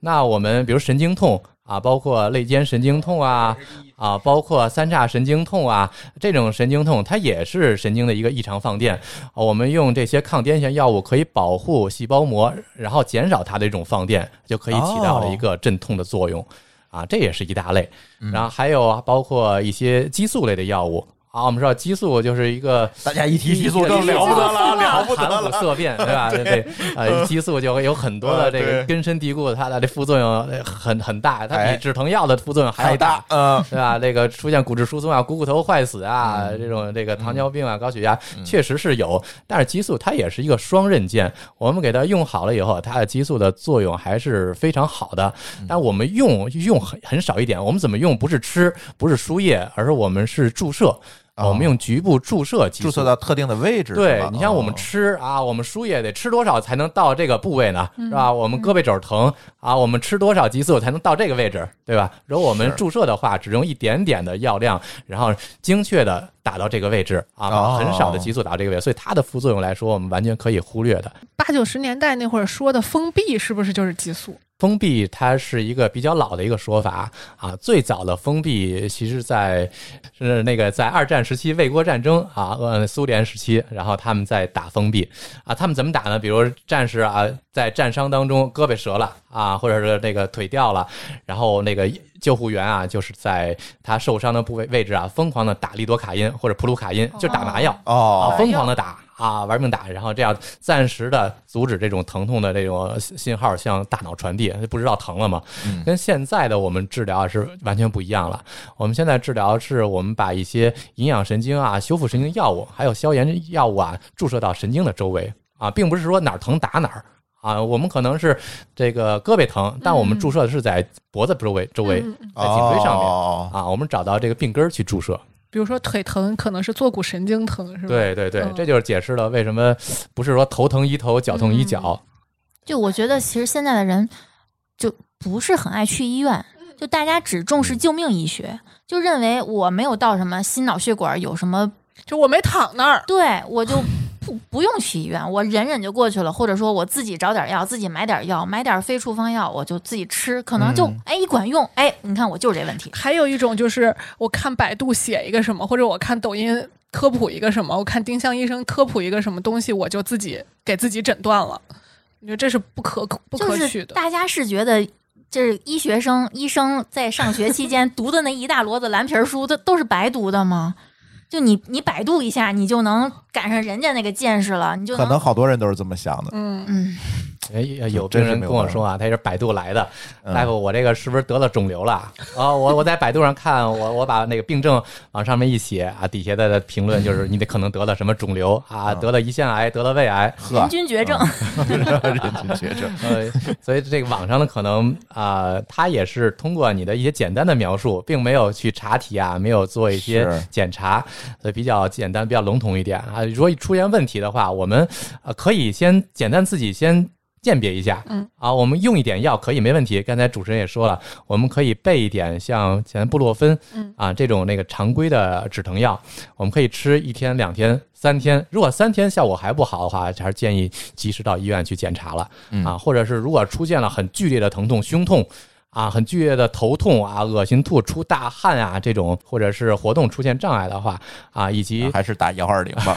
[SPEAKER 5] 那我们比如神经痛啊，包括肋间神经痛啊，啊，包括三叉神经痛啊，这种神经痛它也是神经的一个异常放电。啊我们用这些抗癫痫药物可以保护细胞膜，然后减少它的一种放电，就可以起到了一个镇痛的
[SPEAKER 2] 嗯
[SPEAKER 5] 作用。啊，这也是一大类。然后还有啊包括一些激素类的药物我们知道激素就是一个
[SPEAKER 2] 大家一提激素
[SPEAKER 5] 更
[SPEAKER 2] 更了不得了，了不得
[SPEAKER 5] 谈
[SPEAKER 2] 了
[SPEAKER 5] 虎。色变，对吧？对对，呃，激素就会有很多的这
[SPEAKER 2] 呃
[SPEAKER 5] 个
[SPEAKER 2] 对
[SPEAKER 5] 根深蒂固的，它的这副作用呃很很大，它
[SPEAKER 2] 哎
[SPEAKER 5] 比止疼药的副作用还要
[SPEAKER 2] 太大， 嗯，
[SPEAKER 5] 对吧？这个出现骨质疏松啊、股骨头坏死啊，这种这个
[SPEAKER 2] 嗯
[SPEAKER 5] 糖尿病啊、高血压，确实是有。但是激素它也是一个双刃剑，我们给它用好了以后，它的激素的作用还是非常好的。
[SPEAKER 2] 嗯
[SPEAKER 5] 但我们用用很很少一点，我们怎么用？不是吃，不是输液，而是我们是注射。
[SPEAKER 2] 哦
[SPEAKER 5] 我们用局部注射激素，
[SPEAKER 2] 注射到特定的位置。是
[SPEAKER 5] 对
[SPEAKER 2] 吧
[SPEAKER 5] 你像我们
[SPEAKER 2] 哦
[SPEAKER 5] 吃啊，我们输液得吃多少才能到这个部位呢？是吧？我们胳膊肘疼啊，我们吃多少激素才能到这个位置，对吧？如果我们
[SPEAKER 2] 是
[SPEAKER 5] 注射的话，只用一点点的药量，然后精确的打到这个位置
[SPEAKER 2] 哦
[SPEAKER 5] 啊，很少的激素打到这个位置，所以它的副作用来说，我们完全可以忽略的。
[SPEAKER 4] 八九十年代那会儿说的封闭是不是就是激素？
[SPEAKER 5] 封闭它是一个比较老的一个说法啊，最早的封闭其实在是那个在二战时期卫国战争啊，呃苏联时期，然后他们在打封闭啊，他们怎么打呢？比如战士啊在战伤当中胳膊折了啊，或者是那个腿掉了，然后那个救护员啊就是在他受伤的部位位置啊疯狂的打利多卡因或者普鲁卡因，就打麻药。啊，
[SPEAKER 2] 哦，
[SPEAKER 5] 疯狂的打啊，玩命打，然后这样暂时的阻止这种疼痛的这种信信号向大脑传递，不知道疼了吗？跟现在的我们治疗是完全不一样了。我们现在治疗是我们把一些营养神经啊、修复神经药物，还有消炎药物啊，注射到神经的周围啊，并不是说哪儿疼打哪儿。啊，我们可能是这个胳膊疼，但我们注射的是在脖子周围、周
[SPEAKER 4] 嗯
[SPEAKER 5] 围，在颈椎上面、
[SPEAKER 2] 哦
[SPEAKER 5] 啊，我们找到这个病根儿去注射。
[SPEAKER 4] 比如说腿疼，可能是坐骨神经疼，是吧？
[SPEAKER 5] 对对对
[SPEAKER 4] 嗯，
[SPEAKER 5] 这就是解释了为什么不是说头疼医头，脚痛医脚。
[SPEAKER 4] 嗯
[SPEAKER 3] 就我觉得，其实现在的人就不是很爱去医院，就大家只重视救命医学，就认为我没有到什么心脑血管有什么，
[SPEAKER 4] 就我没躺那儿，
[SPEAKER 3] 对我就不不用去医院，我忍忍就过去了，或者说我自己找点药，自己买点药，买点非处方药，我就自己吃，可能就、
[SPEAKER 2] 嗯
[SPEAKER 3] 哎一管用，哎，你看我就是这问题。
[SPEAKER 4] 还有一种就是我看百度写一个什么，或者我看抖音科普一个什么，我看丁香医生科普一个什么东西，我就自己给自己诊断了。我觉得这是不可不
[SPEAKER 3] 就
[SPEAKER 4] 可
[SPEAKER 3] 是
[SPEAKER 4] 取的。
[SPEAKER 3] 大家是觉得，就是医学生、医生在上学期间 读的那一大摞子蓝皮儿书，都都是白读的吗？就你你百度一下，你就能赶上人家那个见识了，你就
[SPEAKER 2] 可能好多人都是这么想的。
[SPEAKER 4] 嗯，
[SPEAKER 3] 嗯，
[SPEAKER 5] 哎，有
[SPEAKER 2] 真
[SPEAKER 5] 病
[SPEAKER 2] 是
[SPEAKER 5] 人
[SPEAKER 2] 没
[SPEAKER 5] 跟
[SPEAKER 2] 有
[SPEAKER 5] 我说啊，他也是百度来的，
[SPEAKER 2] 嗯
[SPEAKER 5] 大夫，我这个是不是得了肿瘤了？啊、我我在百度上看，我我把那个病症往上面一写啊，底下的评论
[SPEAKER 2] 嗯
[SPEAKER 5] 就是你得可能得了什么肿瘤啊，得了胰腺癌，得了胃癌。
[SPEAKER 2] 呵
[SPEAKER 3] 人，均绝
[SPEAKER 2] 嗯
[SPEAKER 3] 症，
[SPEAKER 2] 人群绝症。
[SPEAKER 5] 呃， 所以这个网上的可能啊、他也是通过你的一些简单的描述，并没有去查题啊，没有做一些
[SPEAKER 2] 是
[SPEAKER 5] 检查，所以比较简单，比较笼统一点啊。如果出现问题的话，我们呃可以先简单自己先。鉴别一下，
[SPEAKER 4] 嗯
[SPEAKER 5] 啊，我们用一点药可以没问题。刚才主持人也说了，我们可以备一点像前布洛芬，
[SPEAKER 4] 嗯
[SPEAKER 5] 啊这种那个常规的止疼药，我们可以吃一天、两天、三天。如果三天效果还不好的话，还是建议及时到医院去检查了。啊，或者是如果出现了很剧烈的疼痛，胸痛。啊，很剧烈的头痛啊，恶心吐、出大汗啊，这种或者是活动出现障碍的话，啊，以及
[SPEAKER 2] 还是打幺二零吧，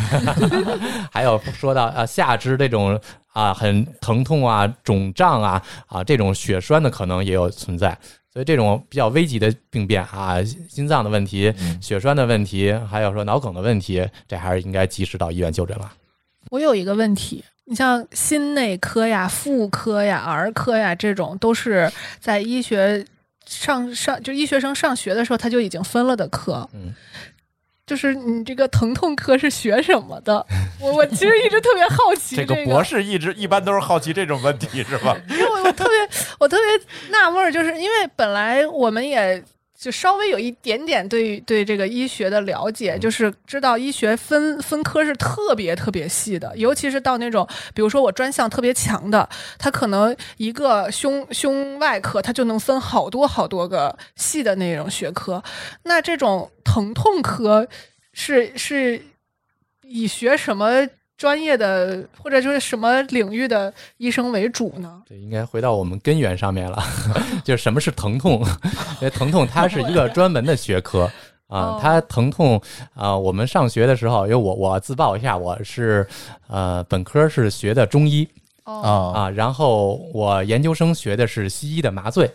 [SPEAKER 5] 还有说到啊，下肢这种啊很疼痛啊、肿胀啊啊这种血栓的可能也有存在。所以这种比较危急的病变啊，心脏的问题、血栓的问题，还有说脑梗的问题，这还是应该及时到医院就诊了。
[SPEAKER 4] 我有一个问题，你像心内科呀、妇科呀、儿科呀这种，都是在医学上上就医学生上学的时候他就已经分了的科。
[SPEAKER 5] 嗯。
[SPEAKER 4] 就是你这个疼痛科是学什么的？我我其实一直特别好奇
[SPEAKER 2] 这
[SPEAKER 4] 个
[SPEAKER 2] 个博士一直一般都是好奇这种问题是吧？
[SPEAKER 4] 因为我特别我特别纳闷儿，就是因为本来我们也就稍微有一点点对于对这个医学的了解，就是知道医学分分科是特别特别细的，尤其是到那种比如说我专项特别强的，它可能一个胸胸外科它就能分好多好多个细的那种学科，那这种疼痛科是是以学什么？专业的或者就是什么领域的医生为主呢？
[SPEAKER 5] 嗯这应该回到我们根源上 面了，就是什么是疼痛？ 因为疼痛它是一个专门的学科。啊
[SPEAKER 4] 哦，
[SPEAKER 5] 它疼痛啊、我们上学的时候，因为我我自曝一下，我是呃本科是学的中医
[SPEAKER 4] 哦
[SPEAKER 2] 啊，
[SPEAKER 5] 啊，然后我研究生学的是西医的麻醉，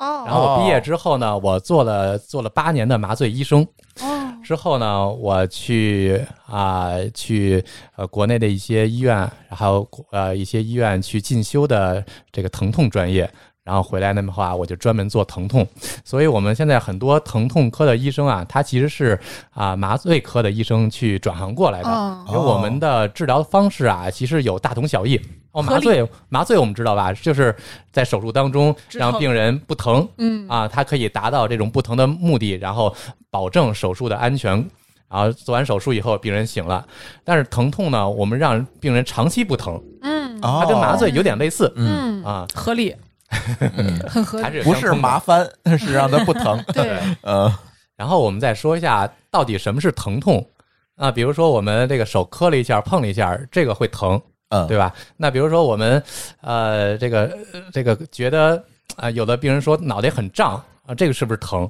[SPEAKER 4] 哦
[SPEAKER 5] 然后我毕业之后呢，我做了做了八年的麻醉医生，
[SPEAKER 4] 哦
[SPEAKER 5] 之后呢，我去啊、去呃国内的一些医院，然后呃一些医院去进修的这个疼痛专业。然后回来那么话，我就专门做疼痛，所以我们现在很多疼痛科的医生啊，他其实是啊、麻醉科的医生去转行过来的，
[SPEAKER 4] 哦
[SPEAKER 5] 因为我们的治疗方式啊，其实有大同小异。哦，
[SPEAKER 4] 合
[SPEAKER 5] 麻
[SPEAKER 4] 理
[SPEAKER 5] 醉麻醉我们知道吧，就是在手术当中
[SPEAKER 4] 止
[SPEAKER 5] 让
[SPEAKER 4] 疼
[SPEAKER 5] 病人不疼，
[SPEAKER 4] 嗯
[SPEAKER 5] 啊，它可以达到这种不疼的目的，然后保证手术的安全。然后做完手术以后，病人醒了，但是疼痛呢，我们让病人长期不疼，
[SPEAKER 4] 嗯
[SPEAKER 5] 它
[SPEAKER 2] 它
[SPEAKER 5] 跟麻醉有点类似
[SPEAKER 2] 嗯，
[SPEAKER 4] 嗯，
[SPEAKER 5] 啊，
[SPEAKER 4] 合理， 很合
[SPEAKER 5] 还
[SPEAKER 4] 理，
[SPEAKER 5] 是
[SPEAKER 2] 不嗯是
[SPEAKER 5] 相通的
[SPEAKER 2] 麻翻， 是让它不 疼。
[SPEAKER 4] 对，
[SPEAKER 2] 呃，
[SPEAKER 5] 然后我们再说一下到底什么是疼痛啊，比如说我们这个手磕了一下、碰了一下，这个会疼，
[SPEAKER 2] 嗯
[SPEAKER 5] 对吧？那比如说我们呃这个呃这个觉得啊、有的病人说脑袋很胀啊，这个是不是疼？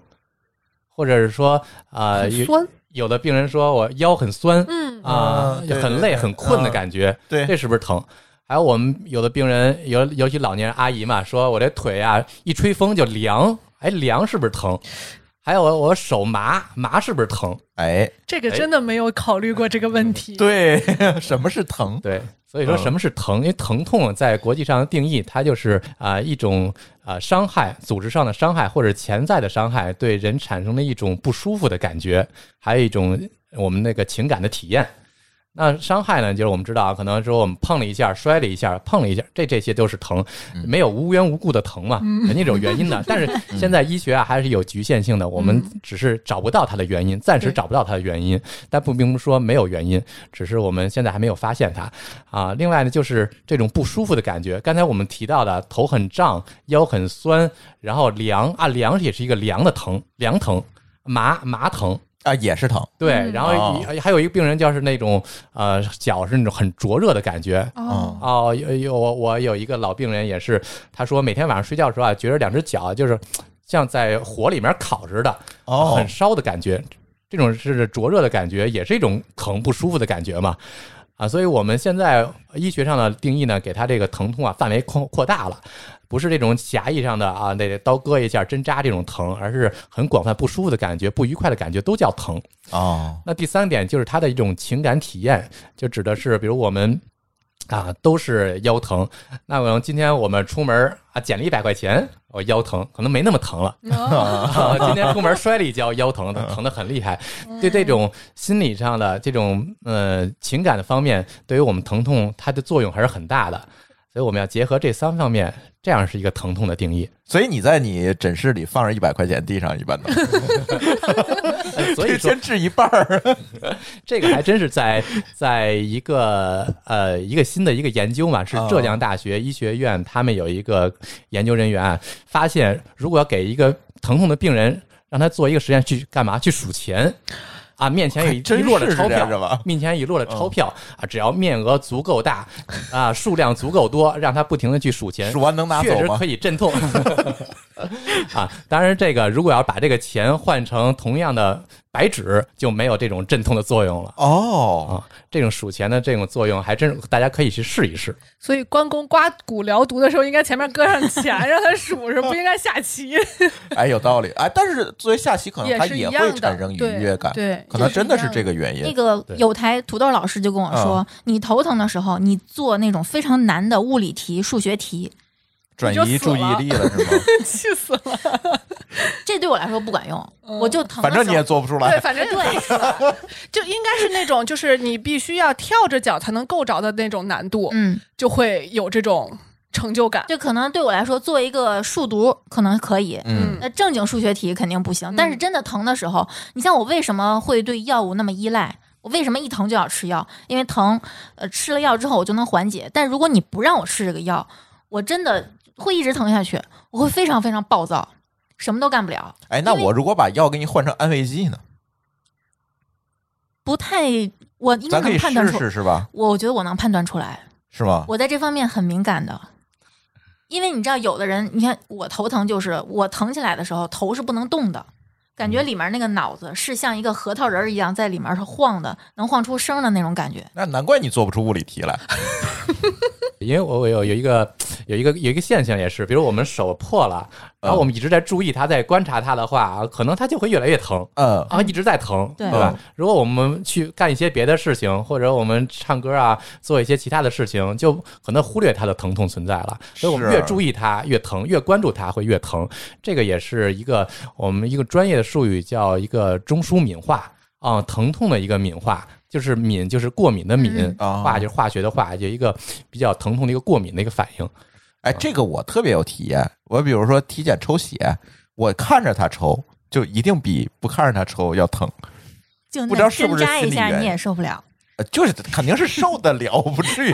[SPEAKER 5] 或者是说啊、
[SPEAKER 4] 很
[SPEAKER 5] 有
[SPEAKER 4] 酸，
[SPEAKER 5] 有的病人说我腰很酸
[SPEAKER 4] 嗯，
[SPEAKER 5] 啊
[SPEAKER 2] 啊，对
[SPEAKER 5] 很累
[SPEAKER 2] 对
[SPEAKER 5] 很困的
[SPEAKER 2] 嗯
[SPEAKER 5] 感觉，这
[SPEAKER 2] 对，
[SPEAKER 5] 是不是疼？还有我们有的病人，尤尤其老年人阿姨嘛，说我这腿啊一吹风就凉，哎凉是不是疼？还有我我手麻麻是不是疼？
[SPEAKER 2] 哎，
[SPEAKER 4] 这个真的没有考虑过这个问题，
[SPEAKER 2] 对， 什么是疼？
[SPEAKER 5] 对，所以说什么是疼？因为疼痛在国际上的定义，它就是啊、一种啊、伤害，组织上的伤害或者潜在的伤害，对人产生的一种不舒服的感觉，还有一种我们那个情感的体验。那伤害呢，就是我们知道啊，可能说我们碰了一下、摔了一下、碰了一下，这这些都是疼，没有无缘无故的疼嘛，肯定是有原因的。但是现在医学啊还是有局限性的，我们只是找不到它的原因，暂时
[SPEAKER 4] 对
[SPEAKER 5] 找不到它的原因，但不并不说没有原因，只是我们现在还没有发现它。啊，另外呢，就是这种不舒服的感觉。刚才我们提到的头很胀、腰很酸，然后凉啊，凉也是一个凉的疼，凉疼、麻麻疼。
[SPEAKER 2] 啊，也是疼。
[SPEAKER 5] 对，
[SPEAKER 4] 嗯
[SPEAKER 5] 然后
[SPEAKER 2] 哦
[SPEAKER 5] 一还有一个病人就是那种呃脚是那种很灼热的感觉。
[SPEAKER 2] 嗯
[SPEAKER 4] 哦，
[SPEAKER 5] 哦，有有我我有一个老病人也是，他说每天晚上睡觉的时候啊，觉得两只脚就是像在火里面烤似的，
[SPEAKER 2] 哦
[SPEAKER 5] 很烧的感觉，这种是灼热的感觉，也是一种疼不舒服的感觉嘛。啊，所以我们现在医学上的定义呢，给它这个疼痛啊范围扩扩大了，不是这种狭义上的啊，那个刀割一下、针扎这种疼，而是很广泛不舒服的感觉、不愉快的感觉都叫疼。
[SPEAKER 2] 哦，
[SPEAKER 5] 那第三点就是他的一种情感体验，就指的是比如我们啊都是腰疼，那我今天我们出门啊捡了一百块钱，我腰疼，可能没那么疼了。
[SPEAKER 4] 哦
[SPEAKER 5] 啊，今天出门摔了一跤，腰疼，疼得很厉害。对这种心理上的这种呃情感的方面，对于我们疼痛它的作用还是很大的，所以我们要结合这三方面，这样是一个疼痛的定义。
[SPEAKER 2] 所以你在你诊室里放着一百块钱，地上一般都
[SPEAKER 5] 哎 所以说
[SPEAKER 2] 先治一半儿。
[SPEAKER 5] 这个还真是在在一个呃一个新的一个研究嘛，是
[SPEAKER 2] 啊
[SPEAKER 5] 浙江大学医学院他们有一个研究人员啊发现，如果要给一个疼痛的病人让他做一个实验，去干嘛？去数钱啊，面前有一
[SPEAKER 2] 还真
[SPEAKER 5] 一摞的
[SPEAKER 2] 是
[SPEAKER 5] 钞
[SPEAKER 2] 这样嗯是
[SPEAKER 5] 票
[SPEAKER 2] 吧
[SPEAKER 5] 面前一摞的钞票啊，只要面额足够大啊，数量足够多，让他不停的去数 钱，
[SPEAKER 2] 数完能拿走
[SPEAKER 5] 确实
[SPEAKER 2] 吗
[SPEAKER 5] 可？以镇痛 啊。当然，这个如果要把这个钱换成同样的白纸，就没有这种镇痛的作用了。
[SPEAKER 2] 哦，
[SPEAKER 5] 啊，这种数钱的这种作用，还真是大家可以去试一试。
[SPEAKER 4] 所以关公刮骨疗毒的时候，应该前面搁上钱让他数着，不应该下棋，
[SPEAKER 2] 哎，有道理。哎，但是作为下棋，可能它
[SPEAKER 4] 是一
[SPEAKER 2] 也
[SPEAKER 4] 样
[SPEAKER 2] 会
[SPEAKER 4] 的，
[SPEAKER 2] 产生愉
[SPEAKER 4] 对
[SPEAKER 2] 悦感，
[SPEAKER 4] 对，
[SPEAKER 2] 可能
[SPEAKER 3] 就是
[SPEAKER 2] 真的
[SPEAKER 3] 一
[SPEAKER 2] 是
[SPEAKER 3] 样
[SPEAKER 2] 这个嗯原
[SPEAKER 3] 那
[SPEAKER 2] 因。
[SPEAKER 3] 个
[SPEAKER 5] 对
[SPEAKER 3] 有台土豆老师就跟我说，你头疼的时候，你做那种非常难的物理题、数学题，
[SPEAKER 2] 转
[SPEAKER 4] 你就
[SPEAKER 2] 移
[SPEAKER 4] 死
[SPEAKER 2] 注意
[SPEAKER 4] 了
[SPEAKER 2] 力了是吗？
[SPEAKER 4] 气死了。
[SPEAKER 3] 这对我来说不管用，
[SPEAKER 4] 嗯
[SPEAKER 3] 我就疼的
[SPEAKER 2] 反
[SPEAKER 3] 时候。
[SPEAKER 2] 正你也做不出
[SPEAKER 4] 对，
[SPEAKER 2] 来。
[SPEAKER 4] 反正
[SPEAKER 3] 对，
[SPEAKER 4] 就应该是那种，就是你必须要跳着脚才能够着的那种难度，
[SPEAKER 3] 嗯，
[SPEAKER 4] 就会有这种成就感。
[SPEAKER 3] 就可能对我来说做一个数独可能可以，
[SPEAKER 2] 嗯，
[SPEAKER 3] 那呃正经数学题肯定不行，但是真的疼的时候，你像我为什么会对药物那么依赖？我为什么一疼就要吃药？因为疼，呃，吃了药之后我就能缓解。但如果你不让我吃这个药，我真的会一直疼下去，我会非常非常暴躁，什么都干不了，
[SPEAKER 2] 哎，那
[SPEAKER 3] 因为
[SPEAKER 2] 我如果把药给你换成安慰剂呢？
[SPEAKER 3] 不太，我应
[SPEAKER 2] 咱
[SPEAKER 3] 该
[SPEAKER 2] 可
[SPEAKER 3] 能
[SPEAKER 2] 以
[SPEAKER 3] 判断
[SPEAKER 2] 试
[SPEAKER 3] 出，
[SPEAKER 2] 试是吧？
[SPEAKER 3] 我我觉得我能判断出来，
[SPEAKER 2] 是吗？
[SPEAKER 3] 我在这方面很敏感的。因为你知道，有的人，你看我头疼，就是我疼起来的时候，头是不能动的，感
[SPEAKER 2] 嗯
[SPEAKER 3] 觉里面那个脑子是像一个核桃仁儿一样在里面是晃的，能晃出声儿的那种感觉。
[SPEAKER 2] 那难怪你做不出物理题来。
[SPEAKER 5] 因为我我有有一个有一个有一个现象也是，比如我们手破
[SPEAKER 2] 啊
[SPEAKER 5] 了，然后我们一直在注意它，在观察它的话，可能它就会越来越疼。
[SPEAKER 2] 嗯
[SPEAKER 5] 啊，一直在疼，
[SPEAKER 3] 对
[SPEAKER 5] 吧？如果我们去干一些别的事情，或者我们唱歌啊，做一些其他的事情，就可能忽略它的疼痛存在了。所以我们
[SPEAKER 2] 是
[SPEAKER 5] 越注意它，越疼；越关注它，会越疼。这个也是一个我们一个专业的术语，叫一个中枢敏化啊、疼痛的一个敏化。就是敏，就是过敏的敏，
[SPEAKER 3] 嗯
[SPEAKER 2] 啊
[SPEAKER 5] 化就是化学的化，有一个比较疼痛的一个过敏的一个反应。
[SPEAKER 2] 哎，这个我特别有体验。我比如说体检抽血，我看着他抽，就一定比不看着他抽要疼。
[SPEAKER 3] 就
[SPEAKER 2] 不知道
[SPEAKER 3] 那
[SPEAKER 2] 是不
[SPEAKER 3] 针
[SPEAKER 2] 是
[SPEAKER 3] 扎
[SPEAKER 2] 心
[SPEAKER 3] 一
[SPEAKER 2] 理
[SPEAKER 3] 下
[SPEAKER 2] 原
[SPEAKER 3] 你
[SPEAKER 2] 因
[SPEAKER 3] 也受不了。
[SPEAKER 2] 呃就是肯定是受得了， 不至于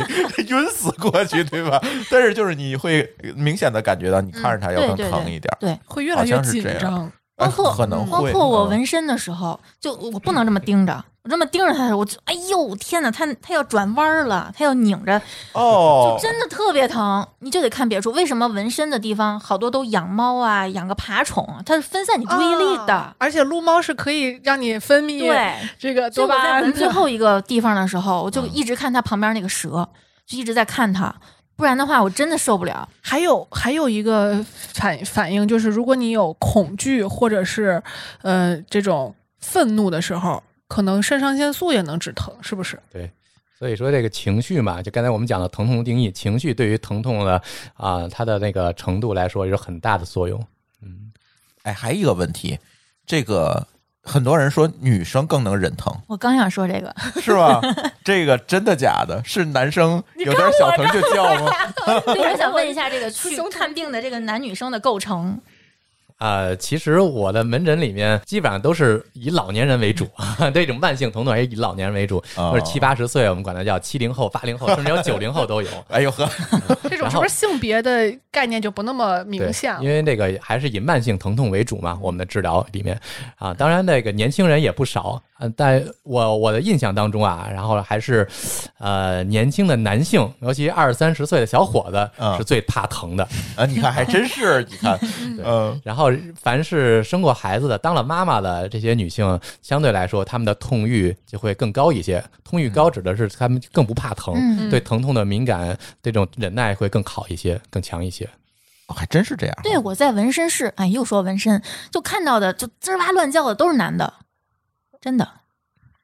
[SPEAKER 2] 晕死过去，对吧？但是就是你会明显的感觉到，你看着他要
[SPEAKER 3] 嗯
[SPEAKER 2] 更
[SPEAKER 3] 对对
[SPEAKER 2] 疼一点，
[SPEAKER 3] 对，
[SPEAKER 4] 会越来越
[SPEAKER 2] 好像是
[SPEAKER 4] 紧
[SPEAKER 2] 这样
[SPEAKER 4] 张。啊
[SPEAKER 2] 哎
[SPEAKER 3] 包括
[SPEAKER 2] 可能
[SPEAKER 3] 包
[SPEAKER 2] 会
[SPEAKER 3] 括我
[SPEAKER 2] 嗯
[SPEAKER 3] 纹身的时候，就我不能这么盯着，我这么盯着他的时候，我就哎呦天哪，他他要转弯儿了，他要拧着，
[SPEAKER 2] 哦
[SPEAKER 3] 就，真的特别疼，你就得看别处。为什么纹身的地方好多都养猫啊，养个爬虫啊，它是分散你注意力的。
[SPEAKER 4] 啊而且撸猫是可以让你分泌
[SPEAKER 3] 对，
[SPEAKER 4] 这个
[SPEAKER 3] 所
[SPEAKER 4] 多
[SPEAKER 3] 以我
[SPEAKER 4] 巴
[SPEAKER 3] 在
[SPEAKER 4] 胺
[SPEAKER 3] 纹最
[SPEAKER 4] 的。
[SPEAKER 3] 后一个地方的时候，我就一直看它旁边那个蛇，就一直在看它，不然的话我真的受不了。
[SPEAKER 4] 还有还有一个反反应就是，如果你有恐惧或者是呃这种愤怒的时候，可能肾上腺素也能止疼，是不是？
[SPEAKER 5] 所以说这个情绪嘛，就刚才我们讲的疼痛定义，情绪对于疼痛的啊、它的那个程度来说有很大的作用。嗯，
[SPEAKER 2] 哎，还有一个问题，这个很多人说女生更能忍疼，
[SPEAKER 3] 我刚想说这个，
[SPEAKER 2] 是吧？这个真的假的？是男生有点小疼就 叫吗？
[SPEAKER 3] 我想问一下这个去
[SPEAKER 4] 胸疼
[SPEAKER 3] 看病的这个男女生的构成，
[SPEAKER 5] 呃，其实我的门诊里面基本上都是以老年人为主， 对这种慢性疼痛还是以老年人为主，
[SPEAKER 2] 哦
[SPEAKER 5] 或者七八十岁，我们管它叫七零后、八零后，甚至有九零后都有。
[SPEAKER 2] 哎呦呵，
[SPEAKER 4] 这种
[SPEAKER 5] 然
[SPEAKER 4] 是不
[SPEAKER 5] 后
[SPEAKER 4] 是性别的概念就不那么
[SPEAKER 5] 对
[SPEAKER 4] 明显了？
[SPEAKER 5] 因为这个还是以慢性疼痛为主嘛，我们的治疗里面啊，当然那个年轻人也不少，嗯，但我我的印象当中啊，然后还是呃年轻的男性，尤其二三十岁的小伙子
[SPEAKER 2] 嗯
[SPEAKER 5] 是最怕疼的。
[SPEAKER 2] 啊，你看还真 是，你看，嗯，
[SPEAKER 5] 然后凡是生过孩子的、当了妈妈的这些女性，相对来说她们的痛欲就会更高一些。痛欲
[SPEAKER 4] 嗯
[SPEAKER 5] 高指的是她们更不怕
[SPEAKER 2] 哦
[SPEAKER 5] 疼，
[SPEAKER 3] 嗯
[SPEAKER 5] 对疼痛的敏感、这种忍耐会更好一些、更强一些。
[SPEAKER 2] 呃还真是这样。
[SPEAKER 3] 对，我在纹身室，哎，又说纹身，就看到的就吱哇乱叫的都是男的，真的，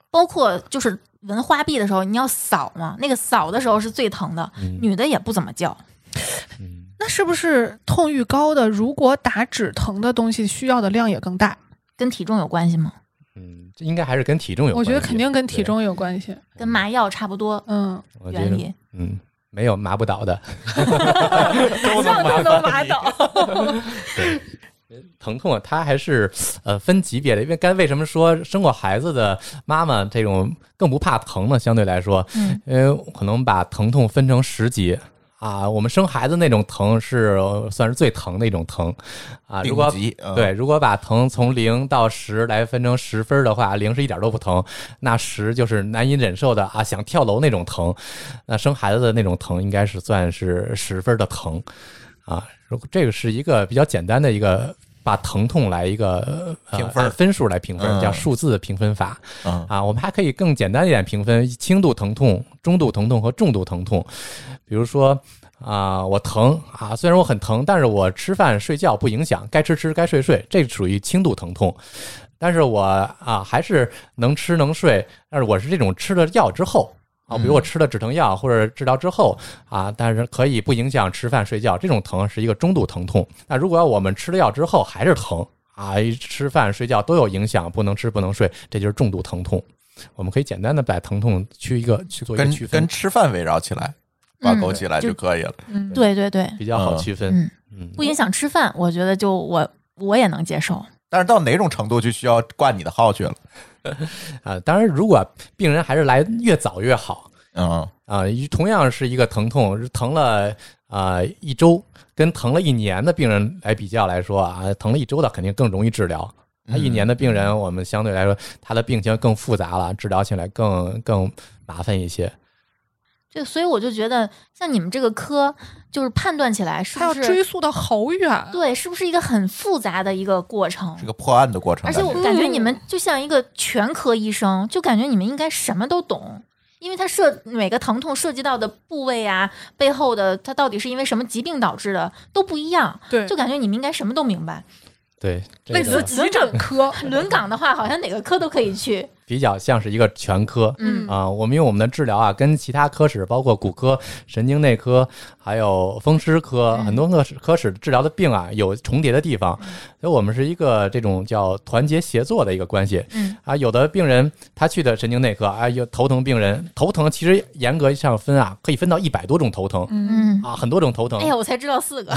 [SPEAKER 3] 包括就是纹花臂的时候，你要扫嘛，那个扫的时候是最疼的，
[SPEAKER 5] 嗯
[SPEAKER 3] 女的也不怎么叫，
[SPEAKER 5] 嗯，
[SPEAKER 4] 那是不是痛欲高的，如果打止疼的东西，需要的量也更大？
[SPEAKER 3] 跟体重有关系吗？
[SPEAKER 5] 嗯，这应该还是跟体重有
[SPEAKER 4] 我
[SPEAKER 5] 关系。
[SPEAKER 4] 觉得肯定跟
[SPEAKER 5] 对
[SPEAKER 4] 体重有关系。
[SPEAKER 3] 跟麻药差不多
[SPEAKER 4] 嗯，
[SPEAKER 5] 我觉得
[SPEAKER 3] 原理。
[SPEAKER 5] 嗯，没有麻不倒的，
[SPEAKER 2] 都能麻
[SPEAKER 4] 能麻倒。
[SPEAKER 5] 疼痛啊它还是呃分级别的，因为刚才为什么说生过孩子的妈妈这种更不怕疼呢？相对来说，
[SPEAKER 3] 嗯，
[SPEAKER 5] 因为可能把疼痛分成十级。啊，我们生孩子那种疼是呃算是最疼的一种疼，啊，如果
[SPEAKER 2] 顶级嗯
[SPEAKER 5] 对，如果把疼从零到十来分成十分的话，零是一点都不疼，那十就是难以忍受的啊，想跳楼那种疼，那生孩子的那种疼应该是算是十分的疼，啊，如果这个是一个比较简单的一个把疼痛来一个、呃、
[SPEAKER 2] 评分
[SPEAKER 5] 按分数来评分，
[SPEAKER 2] 嗯
[SPEAKER 5] 叫数字评分法。
[SPEAKER 2] 嗯
[SPEAKER 5] 啊，我们还可以更简单一点评分：轻度疼痛、中度疼痛和重度疼痛。比如说啊、我疼啊，虽然我很疼，但是我吃饭睡觉不影响，该吃吃，该睡睡，这属于轻度疼痛。但是我啊还是能吃能睡，但是我是这种吃了药之后。啊，比
[SPEAKER 2] 嗯
[SPEAKER 5] 如我吃了止疼药或者治疗之后啊，但是可以不影响吃饭睡觉，这种疼是一个中度疼痛。那如果我们吃了药之后还是疼啊，一吃饭睡觉都有影响，不能吃不能睡，这就是重度疼痛。我们可以简单的把疼痛去一个去做一个
[SPEAKER 2] 跟
[SPEAKER 5] 区分
[SPEAKER 2] 跟，吃饭围绕起来，挂钩起来
[SPEAKER 3] 就
[SPEAKER 2] 就可以了。
[SPEAKER 4] 嗯，
[SPEAKER 3] 对对对，
[SPEAKER 5] 比较好区分。
[SPEAKER 3] 嗯，
[SPEAKER 5] 嗯，
[SPEAKER 3] 不影响吃饭，我觉得就我我也能接受。
[SPEAKER 2] 但是到哪种程度就需要挂你的号去了。
[SPEAKER 5] 啊，当然，如果病人还是来越早越好
[SPEAKER 2] 嗯，
[SPEAKER 5] 啊，同样是一个疼痛，疼了啊、一周，跟疼了一年的病人来比较来说啊，疼了一周的肯定更容易治疗。他一年的病人，我们相对来说，他的病情更复杂了，治疗起来更更麻烦一些。
[SPEAKER 3] 对，所以我就觉得像你们这个科，就是判断起来是
[SPEAKER 4] 它
[SPEAKER 3] 不
[SPEAKER 4] 要
[SPEAKER 3] 是
[SPEAKER 4] 追溯到好远。
[SPEAKER 3] 对，是不是一个很复杂的一个过程
[SPEAKER 2] 是？个破案的过程
[SPEAKER 3] 而
[SPEAKER 2] 感觉。
[SPEAKER 3] 嗯且我感觉你们就像一个全科医生，就感觉你们应该什么都懂，因为它涉每个疼痛涉及到的部位啊，背后的它到底是因为什么疾病导致的都不一样，
[SPEAKER 4] 对，
[SPEAKER 3] 就感觉你们应该什么都明白。
[SPEAKER 5] 对，这
[SPEAKER 4] 类似
[SPEAKER 5] 个
[SPEAKER 4] 急诊科，
[SPEAKER 3] 轮岗的话，好像哪个科都可以去。
[SPEAKER 5] 比较像是一个全科。
[SPEAKER 3] 嗯
[SPEAKER 5] 啊，我们因为我们的治疗啊，跟其他科室，包括骨科、神经内科，还有风湿科，
[SPEAKER 3] 嗯
[SPEAKER 5] 很多科室科室治疗的病啊，有重叠的地方，所以我们是一个这种叫团结协作的一个关系。
[SPEAKER 3] 嗯
[SPEAKER 5] 啊，有的病人他去的神经内科啊，有头疼病人，头疼其实严格上分啊，可以分到一百多种头疼
[SPEAKER 4] 嗯，
[SPEAKER 3] 嗯，
[SPEAKER 5] 啊，很多种头疼
[SPEAKER 3] 哎。呀，我才知道四个。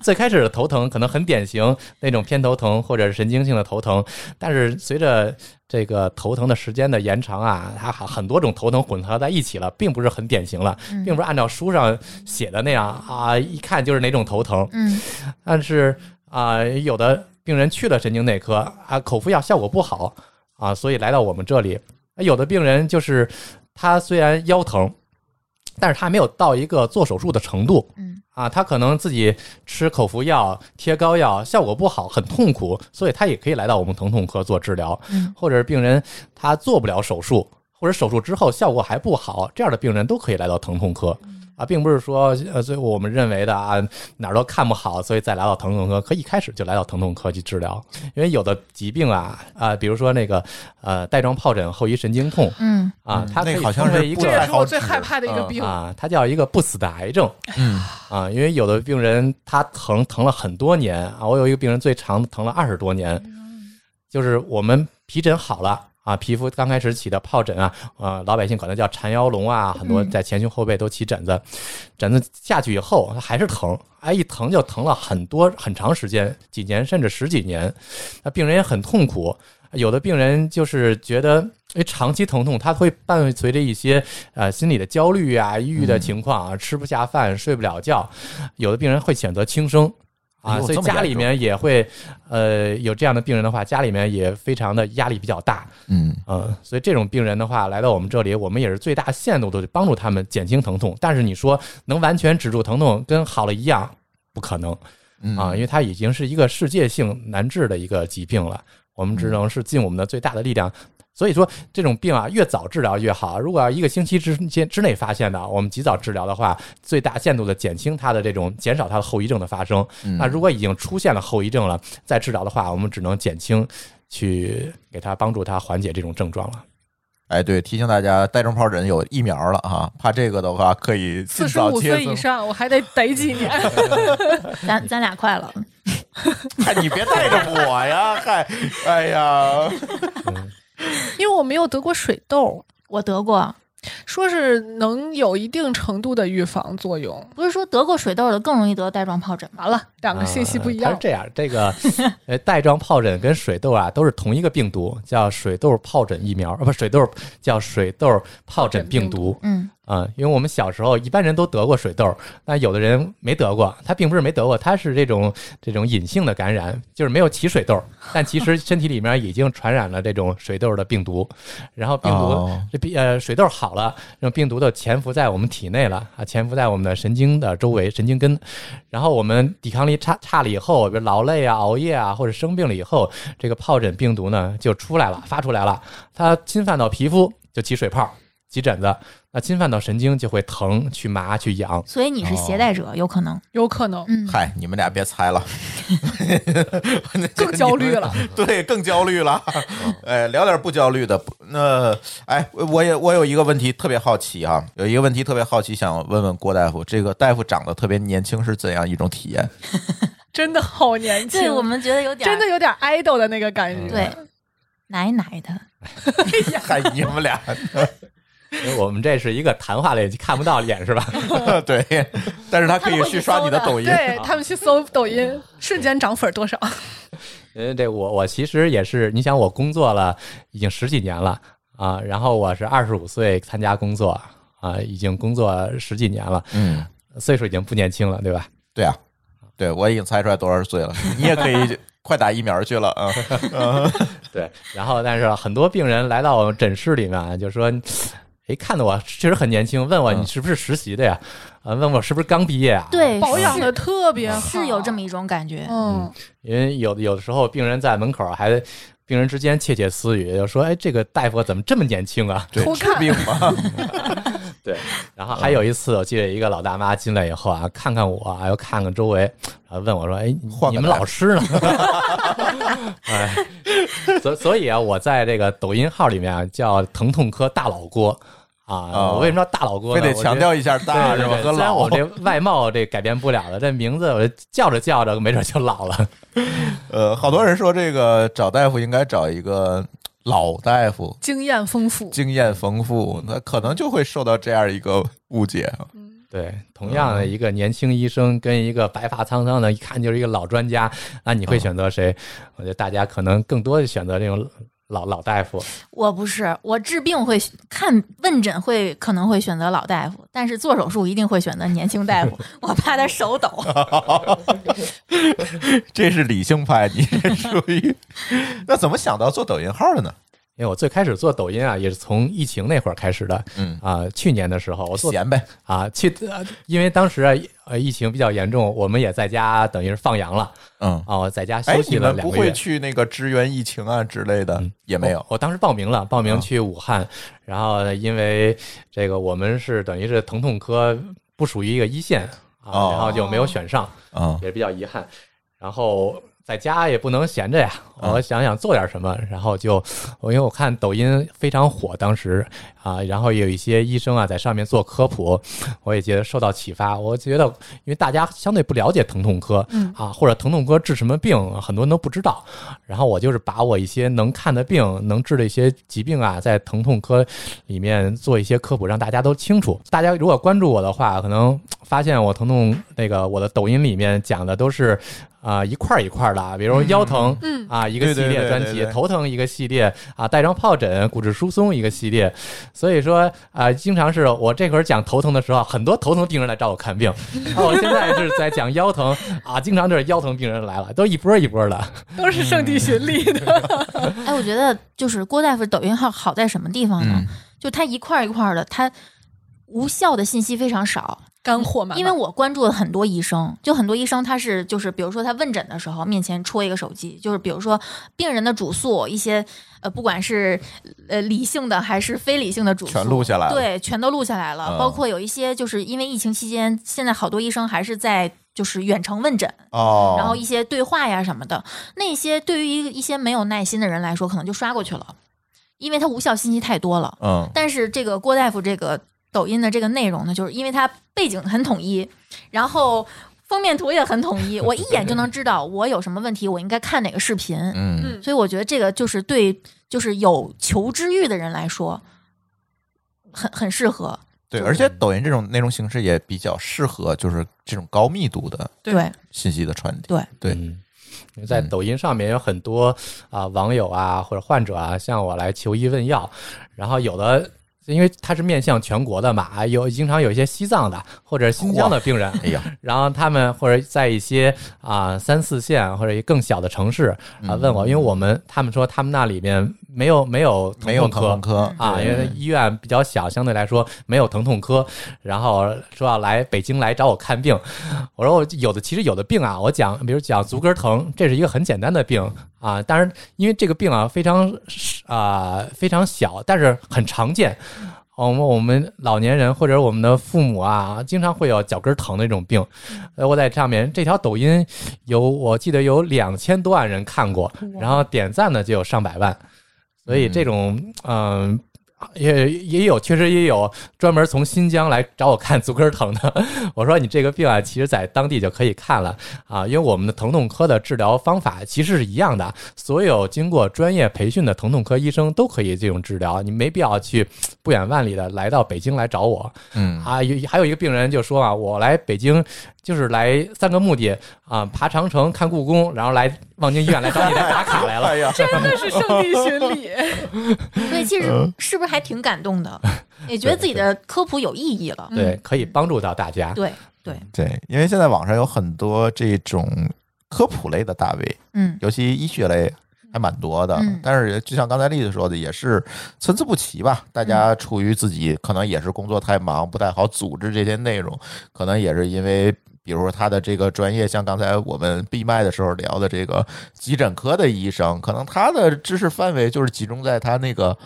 [SPEAKER 5] 最开始的头疼可能很典型，那种偏头疼或者是神经性的头疼，但是随着这个头疼的时间的延长啊，它很很多种头疼混合在一起了，并不是很典型了，
[SPEAKER 3] 嗯
[SPEAKER 5] 并不是按照书上写的那样啊，一看就是哪种头疼。
[SPEAKER 3] 嗯
[SPEAKER 5] 但是啊、有的病人去了神经内科啊，口服药效果不好啊，所以来到我们这里。啊有的病人就是他虽然腰疼，但是他没有到一个做手术的程度
[SPEAKER 3] 嗯
[SPEAKER 5] 啊，他可能自己吃口服药、贴膏药效果不好，很痛苦，所以他也可以来到我们疼痛科做治疗。
[SPEAKER 3] 嗯
[SPEAKER 5] 或者是病人他做不了手术，或者手术之后效果还不好，这样的病人都可以来到疼痛科。啊，并不是说呃，所以我们认为的啊，哪儿都看不好，所以再来到疼痛科，可以一开始就来到疼痛科去治疗，因为有的疾病啊啊、比如说那个呃带状疱疹后遗神经痛
[SPEAKER 3] 嗯
[SPEAKER 5] 啊，它可
[SPEAKER 2] 那
[SPEAKER 5] 以
[SPEAKER 2] 个好像
[SPEAKER 5] 成为
[SPEAKER 2] 是
[SPEAKER 5] 一
[SPEAKER 2] 不
[SPEAKER 5] 个
[SPEAKER 4] 这也
[SPEAKER 2] 太
[SPEAKER 4] 是
[SPEAKER 2] 好
[SPEAKER 4] 我
[SPEAKER 2] 治
[SPEAKER 4] 最害怕的一个
[SPEAKER 2] 嗯
[SPEAKER 4] 病。
[SPEAKER 5] 啊，它叫一个不死的癌症
[SPEAKER 2] 嗯，
[SPEAKER 5] 啊，因为有的病人他疼疼了很多年啊，我有一个病人最长疼了二十多年，就是我们皮疹好了。啊，皮肤刚开始起的疱疹啊，呃，老百姓管它叫缠腰龙啊，很多
[SPEAKER 3] 嗯
[SPEAKER 5] 在前胸后背都起疹子，疹子下去以后它还是疼，哎，一疼就疼了很多很长时间，几年甚至十几年，那病人也很痛苦。有的病人就是觉得，因为长期疼痛，它会伴随着一些呃心理的焦虑啊、抑
[SPEAKER 2] 嗯
[SPEAKER 5] 郁的情况啊，吃不下饭、睡不了觉。有的病人会选择轻生
[SPEAKER 2] 哎
[SPEAKER 5] 啊，
[SPEAKER 2] 呦
[SPEAKER 5] 所以
[SPEAKER 2] 这么严
[SPEAKER 5] 家里面也会呃有这样的病人的话，家里面也非常的压力比较大，
[SPEAKER 2] 嗯，
[SPEAKER 5] 嗯，所以这种病人的话，来到我们这里，我们也是最大限度的去帮助他们减轻疼痛。但是你说能完全止住疼痛，跟好了一样，不可能。
[SPEAKER 2] 嗯
[SPEAKER 5] 啊，因为它已经是一个世界性难治的一个疾病了，我
[SPEAKER 2] 嗯
[SPEAKER 5] 们只能是尽我们的最大的力量。所以说，这种病啊，越早治疗越好。如果要一个星期之间之内发现的，我们及早治疗的话，最大限度的减轻它的这种减少它的后遗症的发生。
[SPEAKER 2] 嗯
[SPEAKER 5] 那如果已经出现了后遗症了，再治疗的话，我们只能减轻，去给他帮助他缓解这种症状了。
[SPEAKER 2] 哎，对，提醒大家，带状疱疹有疫苗了哈，怕这个的话可以尽
[SPEAKER 4] 四十
[SPEAKER 2] 早
[SPEAKER 4] 五
[SPEAKER 2] 接
[SPEAKER 4] 岁以
[SPEAKER 2] 种。
[SPEAKER 4] 上，我还得逮几 年。
[SPEAKER 3] 咱咱俩快了。
[SPEAKER 2] 嗨，你别带着我呀，嗨，哎呀，
[SPEAKER 4] 因为我没有得过水痘，
[SPEAKER 3] 我得过，
[SPEAKER 4] 说是能有一定程度的预防作用。
[SPEAKER 3] 不是说得过水痘的更容易得带状疱疹吗？
[SPEAKER 4] 完了，两个信息
[SPEAKER 2] 啊
[SPEAKER 4] 不一样
[SPEAKER 5] 啊它是。这样，这个呃，带状疱疹跟水痘啊都是同一个病毒，叫水痘疱疹疫苗，啊，不，水痘叫水痘疱疹病毒
[SPEAKER 3] 嗯
[SPEAKER 5] 啊、因为我们小时候一般人都得过水痘，那有的人没得过，他并不是没得过，他是这种这种隐性的感染，就是没有起水痘，但其实身体里面已经传染了这种水痘的病毒，然后病毒、
[SPEAKER 2] 哦
[SPEAKER 5] 这病呃水痘好了，让病毒都潜伏在我们体内了啊，潜伏在我们的神经的周围、神经根，然后我们抵抗力差差了以后，比如劳累啊、熬夜啊，或者生病了以后，这个疱疹病毒呢就出来了，发出来了，它侵犯到皮肤就起水泡、起疹子，那侵犯到神经就会疼、去麻、去痒，
[SPEAKER 3] 所以你是携带者，有可能。
[SPEAKER 4] 有可能
[SPEAKER 3] 嗯，
[SPEAKER 2] 嗨，你们俩别猜 了，
[SPEAKER 4] 更焦虑了。
[SPEAKER 2] 对，更焦虑了。
[SPEAKER 5] 嗯
[SPEAKER 2] 哎，聊点不焦虑的。那哎，我也我有一个问题特别好奇啊，有一个问题特别好奇，想问问郭大夫，这个大夫长得特别年轻是怎样一种体验？
[SPEAKER 4] 真的好年轻，
[SPEAKER 3] 对我们觉得有点
[SPEAKER 4] 真的有点 idol 的那个感
[SPEAKER 2] 嗯
[SPEAKER 4] 觉。
[SPEAKER 3] 对，奶奶的，
[SPEAKER 2] 嗨，你们俩
[SPEAKER 5] 因为我们这是一个谈话类，看不到脸是吧？
[SPEAKER 2] 对，但是他可以去刷你的抖音。
[SPEAKER 4] 对他们去搜抖音，瞬间涨粉多少？
[SPEAKER 5] 呃，这我我其实也是，你想我工作了已经十几年了啊，然后我是二十五岁参加工作啊，已经工作十几年了，
[SPEAKER 2] 嗯，
[SPEAKER 5] 岁数已经不年轻了，对吧？
[SPEAKER 2] 对啊，对我已经猜出来多少岁了，你也可以快打疫苗去了啊。
[SPEAKER 5] 对。 然后，但是很多病人来到诊室里面啊，就说。哎，看得我确实很年轻，问我
[SPEAKER 2] 嗯
[SPEAKER 5] 你是不是实习的呀？啊，问我是不是刚毕业啊？，
[SPEAKER 3] 对，
[SPEAKER 4] 保养的
[SPEAKER 3] 是
[SPEAKER 4] 特别好，
[SPEAKER 3] 是有这么一种感觉。
[SPEAKER 4] 嗯，
[SPEAKER 5] 因为有的有的时候病人在门口还病人之间窃窃私语，就说：“哎，这个大夫怎么这么年轻啊
[SPEAKER 2] 对，
[SPEAKER 4] 偷
[SPEAKER 2] 治
[SPEAKER 4] 看
[SPEAKER 2] 病嘛，？”
[SPEAKER 5] 然后还有一次，我记得一个老大妈进来以后啊，看看我，还有看看周围，然后问我说：“哎，你
[SPEAKER 2] 换个
[SPEAKER 5] 你们
[SPEAKER 2] 大夫
[SPEAKER 5] 老师呢？” 哎，所所以啊，我在这个抖音号里面啊叫“疼痛科大佬锅”啊。
[SPEAKER 2] 哦
[SPEAKER 5] 我为什么叫大佬 锅
[SPEAKER 2] 非
[SPEAKER 5] 呢？
[SPEAKER 2] 得
[SPEAKER 5] 我觉
[SPEAKER 2] 强调一下大
[SPEAKER 5] 对
[SPEAKER 2] 是吧？和
[SPEAKER 5] 对对虽然
[SPEAKER 2] 老
[SPEAKER 5] 我，这外貌这改变不了了，这名字我叫着叫着，没准就老了。
[SPEAKER 2] 呃，好多人说这个找大夫应该找一个老大夫，
[SPEAKER 4] 经验丰富，
[SPEAKER 2] 经验丰富，那可能就会受到这样一个误解。
[SPEAKER 5] 对，同样
[SPEAKER 2] 嗯
[SPEAKER 5] 的一个年轻医生跟一个白发苍苍的，一看就是一个老专家，那你
[SPEAKER 2] 嗯
[SPEAKER 5] 会选择谁？我觉得大家可能更多的选择这种老老大夫。
[SPEAKER 3] 我不是，我治病会看问诊会可能会选择老大夫，但是做手术一定会选择年轻大 夫，我怕他手抖。
[SPEAKER 2] 这是理性派，你是属 于那怎么想到做抖音号的呢？
[SPEAKER 5] 因为我最开始做抖音啊，也是从疫情那会儿开始的
[SPEAKER 2] 嗯，
[SPEAKER 5] 啊、去年的时候我做
[SPEAKER 2] 闲呗，
[SPEAKER 5] 啊，去、呃因为当时啊呃疫情比较严重，我们也在家等于是放羊了
[SPEAKER 2] 嗯，
[SPEAKER 5] 啊，我在家
[SPEAKER 2] 哎
[SPEAKER 5] 休，息
[SPEAKER 2] 你
[SPEAKER 5] 了
[SPEAKER 2] 们
[SPEAKER 5] 两
[SPEAKER 2] 不
[SPEAKER 5] 个月
[SPEAKER 2] 会。去那个支援疫情啊之类的
[SPEAKER 5] 嗯，
[SPEAKER 2] 也没有
[SPEAKER 5] 我，我当时报名了，报
[SPEAKER 2] 啊
[SPEAKER 5] 名去武汉，然后因为这个我们是等于是疼痛科不属于一个一线啊，
[SPEAKER 2] 哦
[SPEAKER 5] 然后就没有选上，
[SPEAKER 2] 嗯
[SPEAKER 5] 也比较遗憾。然后在家也不能闲着呀，
[SPEAKER 2] 啊
[SPEAKER 5] 我想想做点什么，然后就我因为我看抖音非常火，当时啊，然后也有一些医生啊在上面做科普，我也觉得受到启发。我觉得因为大家相对不了解疼痛科，
[SPEAKER 3] 嗯
[SPEAKER 5] 啊，或者疼痛科治什么病，很多人都不知道。啊然后我就是把我一些能看的病、能治的一些疾病啊，在疼痛科里面做一些科普，让大家都清楚。大家如果关注我的话，可能发现我疼痛那个我的抖音里面讲的都是。啊、一块儿一块儿的啊，比如腰疼，
[SPEAKER 4] 嗯
[SPEAKER 5] 啊，一个系
[SPEAKER 2] 对对对
[SPEAKER 5] 列专
[SPEAKER 2] 对
[SPEAKER 5] 辑
[SPEAKER 2] 对，对
[SPEAKER 5] 头疼一个系列啊，带状疱疹、骨质疏松一个系列，所以说啊、经常是我这会儿讲头疼的时候，很多头疼病人来找我看病，啊，我现在是在讲腰疼啊，经常就是腰疼病人来了，都一波一波的。
[SPEAKER 2] 嗯
[SPEAKER 4] 都是圣地巡礼的。
[SPEAKER 3] 哎，我觉得就是郭大夫抖音号好在什么地方呢？
[SPEAKER 2] 嗯
[SPEAKER 3] 就他一块儿一块儿的，他无效的信息非常少。
[SPEAKER 4] 干货嘛，
[SPEAKER 3] 因为我关注了很多医生，就很多医生他是就是，比如说他问诊的时候，面前戳一个手机，就是比如说病人的主诉，一些呃，不管是呃理性的还是非理性的主诉，
[SPEAKER 2] 全录下来了
[SPEAKER 3] 对，全都录下来了。
[SPEAKER 2] 嗯
[SPEAKER 3] 包括有一些就是因为疫情期间，现在好多医生还是在就是远程问诊，
[SPEAKER 2] 哦，
[SPEAKER 3] 然后一些对话呀什么的，那些对于一个一些没有耐心的人来说，可能就刷过去了，因为他无效信息太多了。
[SPEAKER 2] 嗯
[SPEAKER 3] 但是这个郭大夫这个抖音的这个内容呢，就是因为它背景很统一，然后封面图也很统 一，我一眼就能知道我有什么问题，我应该看哪个视频。
[SPEAKER 2] 嗯
[SPEAKER 4] 嗯，
[SPEAKER 3] 所以我觉得这个就是对就是有求知欲的人来说，很很适合。
[SPEAKER 2] 对，
[SPEAKER 3] 就
[SPEAKER 2] 而且抖音这种内容形式也比较适合就是这种高密度的
[SPEAKER 4] 对
[SPEAKER 3] 对
[SPEAKER 2] 信息的传递，
[SPEAKER 3] 对
[SPEAKER 2] 对
[SPEAKER 5] 嗯因为在
[SPEAKER 2] 嗯
[SPEAKER 5] 抖音上面有很多啊、网友啊或者患者啊向我来求医问药，然后有的因为他是面向全国的嘛，啊有经常有一些西藏的或者新疆的病人，
[SPEAKER 2] 哎呀，
[SPEAKER 5] 然后他们或者在一些啊、三四线或者更小的城市啊
[SPEAKER 2] 嗯
[SPEAKER 5] 问我，因为我们他们说他们那里面没有没有疼
[SPEAKER 2] 没有
[SPEAKER 5] 痛
[SPEAKER 2] 疼
[SPEAKER 5] 科
[SPEAKER 2] 痛科
[SPEAKER 5] 啊，因为医院比较小，相对来说没有疼痛科，然后说要来北京来找我看病。我说我有的其实有的病啊，我讲比如讲足跟疼，这是一个很简单的病啊，但是因为这个病啊非常啊、非常小，但是很常见。我们哦我们老年人或者我们的父母啊，经常会有脚跟疼的这种病。呃，我在上面这条抖音有，我记得有两千多万人看过，然后点赞的就有上百万。所以这种嗯、也也有，确实也有专门从新疆来找我看足 跟疼的。我说你这个病啊，其实在当地就可以看了啊，因为我们的疼痛科的治疗方法其实是一样的，所有经过专业培训的疼痛科医生都可以这种治疗，你没必要去不远万里的来到北京来找我。
[SPEAKER 2] 嗯
[SPEAKER 5] 啊，有还有一个病人就说啊，我来北京就是来三个目的啊，爬长城、看故宫，然后来望京医院来找你来打卡来了。
[SPEAKER 2] 哎呀，
[SPEAKER 4] 真的是圣地巡礼。
[SPEAKER 3] 所以其
[SPEAKER 2] 嗯
[SPEAKER 3] 实是不是还挺感动的，也觉得自己的科普有意义了。
[SPEAKER 5] 对，可以帮助到大家。
[SPEAKER 3] 对，
[SPEAKER 2] 对，因为现在网上有很多这种科普类的大 V，
[SPEAKER 3] 嗯，
[SPEAKER 2] 尤其医学类还蛮多的。
[SPEAKER 3] 嗯
[SPEAKER 2] 但是就像刚才丽子说的，也是参差不齐吧。大家出于自己可能也是工作太忙，不太好组织这些内容，可能也是因为比如说他的这个专业，像刚才我们闭麦的时候聊的这个急诊科的医生，可能他的知识范围就是集中在他那个。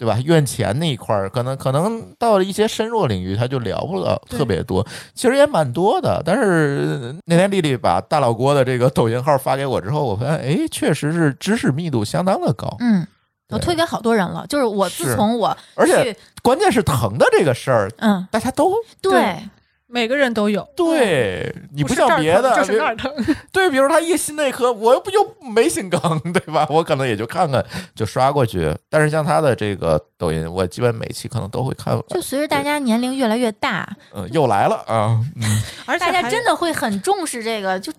[SPEAKER 2] 对吧？院前那一块儿，可能可能到了一些深入领域，他就聊不了特别多。其实也蛮多的，但是那天丽丽把大老郭的这个抖音号发给我之后，我发现，哎，确实是知识密度相当的高。
[SPEAKER 3] 嗯，我
[SPEAKER 2] 对
[SPEAKER 3] 推给好多人了，就是我
[SPEAKER 2] 是
[SPEAKER 3] 自从我
[SPEAKER 2] 而且
[SPEAKER 3] 去
[SPEAKER 2] 关键是疼的这个事儿，
[SPEAKER 3] 嗯，
[SPEAKER 2] 大家都
[SPEAKER 3] 对
[SPEAKER 4] 对每个人都有，嗯
[SPEAKER 2] 对你
[SPEAKER 4] 不
[SPEAKER 2] 不
[SPEAKER 4] 是这
[SPEAKER 2] 像
[SPEAKER 4] 儿
[SPEAKER 2] 别
[SPEAKER 4] 疼
[SPEAKER 2] 的，啊
[SPEAKER 4] 就是
[SPEAKER 2] 比
[SPEAKER 4] 那儿疼。
[SPEAKER 2] 对，比如他一心内科，我又不又没心梗，对吧？我可能也就看看就刷过去。但是像他的这个抖音，我基本每期可能都会看完。
[SPEAKER 3] 就随着大家年龄越来越大，
[SPEAKER 2] 嗯，又来了啊！嗯，
[SPEAKER 4] 而且
[SPEAKER 3] 大家
[SPEAKER 4] 还
[SPEAKER 3] 真的会很重视这个，就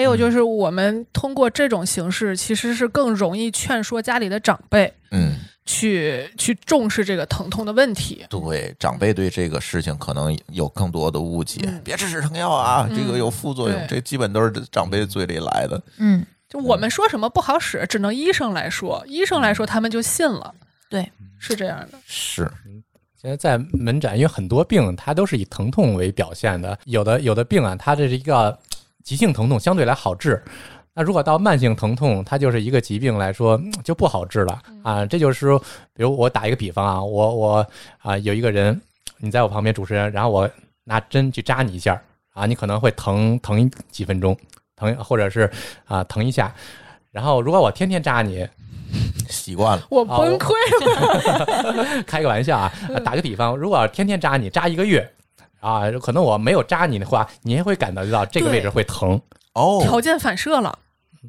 [SPEAKER 3] 嗯
[SPEAKER 4] 有就是，我们通过这种形式，其实是更容易劝说家里的长辈
[SPEAKER 2] 嗯
[SPEAKER 4] 去去重视这个疼痛的问题。
[SPEAKER 2] 对，长辈对这个事情可能有更多的误解，
[SPEAKER 4] 嗯
[SPEAKER 2] 别吃止疼药啊，这个有副作用，
[SPEAKER 4] 对
[SPEAKER 2] 这基本都是长辈嘴里来的。
[SPEAKER 3] 嗯，嗯
[SPEAKER 4] 就我们说什么不好使，只能医生来说，医生来说他们就信了。
[SPEAKER 3] 对，
[SPEAKER 4] 是这样的。
[SPEAKER 2] 是，
[SPEAKER 5] 现在在门诊，因为很多病它都是以疼痛为表现的，有的有的病啊，它这是一个急性疼痛，相对来好治。那如果到慢性疼痛，它就是一个疾病来说嗯就不好治了啊。这就是说，比如我打一个比方啊，我我啊有一个人，你在我旁边主持人，然后我拿针去扎你一下啊，你可能会疼疼几分钟，疼或者是啊疼一下。然后如果我天天扎你，
[SPEAKER 2] 习惯了，
[SPEAKER 4] 我
[SPEAKER 5] 啊
[SPEAKER 4] 崩
[SPEAKER 5] 我
[SPEAKER 4] 溃了，
[SPEAKER 5] 开个玩笑啊，呃打个比方，如果天天扎你，扎一个月。啊，可能我没有扎你的话，你也会感觉到这个位置会疼。
[SPEAKER 2] 哦，
[SPEAKER 4] 条件反射了。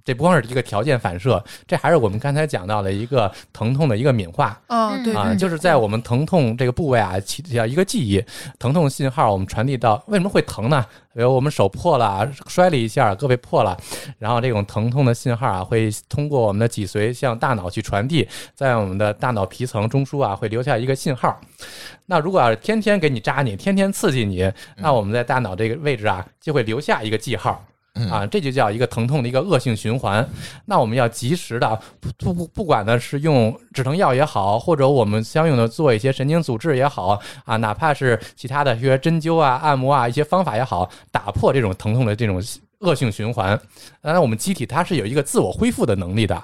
[SPEAKER 5] 这不光是一个条件反射，这还是我们刚才讲到的一个疼痛的一个敏化
[SPEAKER 4] 啊，
[SPEAKER 3] 嗯
[SPEAKER 4] 对
[SPEAKER 5] 啊，
[SPEAKER 4] 对，
[SPEAKER 5] 就是在我们疼痛这个部位啊，起叫一个记忆，疼痛信号我们传递到为什么会疼呢？比如我们手破了，啊摔了一下，胳膊破了，然后这种疼痛的信号啊，会通过我们的脊髓向大脑去传递，在我们的大脑皮层中枢啊，会留下一个信号。那如果要是天天给你扎你，天天刺激你，那我们在大脑这个位置啊，就会留下一个记号。啊，这就叫一个疼痛的一个恶性循环。那我们要及时的，不不不管呢是用止疼药也好，或者我们相应的做一些神经阻滞也好啊，哪怕是其他的一些针灸啊、按摩啊一些方法也好，打破这种疼痛的这种恶性循环。当然，我们机体它是有一个自我恢复的能力的。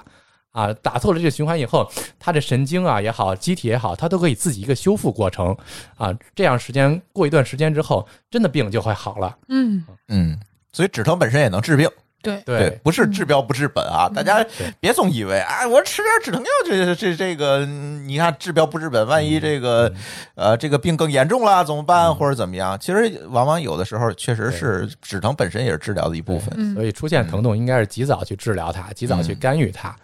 [SPEAKER 5] 啊，打错了这个循环以后，它的神经啊也好，机体也好，它都可以自己一个修复过程啊。这样时间过一段时间之后，真的病就会好了。
[SPEAKER 4] 嗯，
[SPEAKER 2] 嗯，所以止疼本身也能治病。
[SPEAKER 3] 啊
[SPEAKER 4] 对，
[SPEAKER 5] 对，
[SPEAKER 2] 不是治标不治本啊！大家
[SPEAKER 5] 对
[SPEAKER 2] 别总以为啊，我吃点止疼药，这这这个，嗯你看治标不治本，万
[SPEAKER 5] 嗯
[SPEAKER 2] 一这个呃这个病更严重了怎么办，或者怎么样？其实往往有的时候确实是止疼本身也是治疗的一部分，
[SPEAKER 4] 嗯
[SPEAKER 5] 所以出现疼痛应该是及早去治疗它，及早去干预它。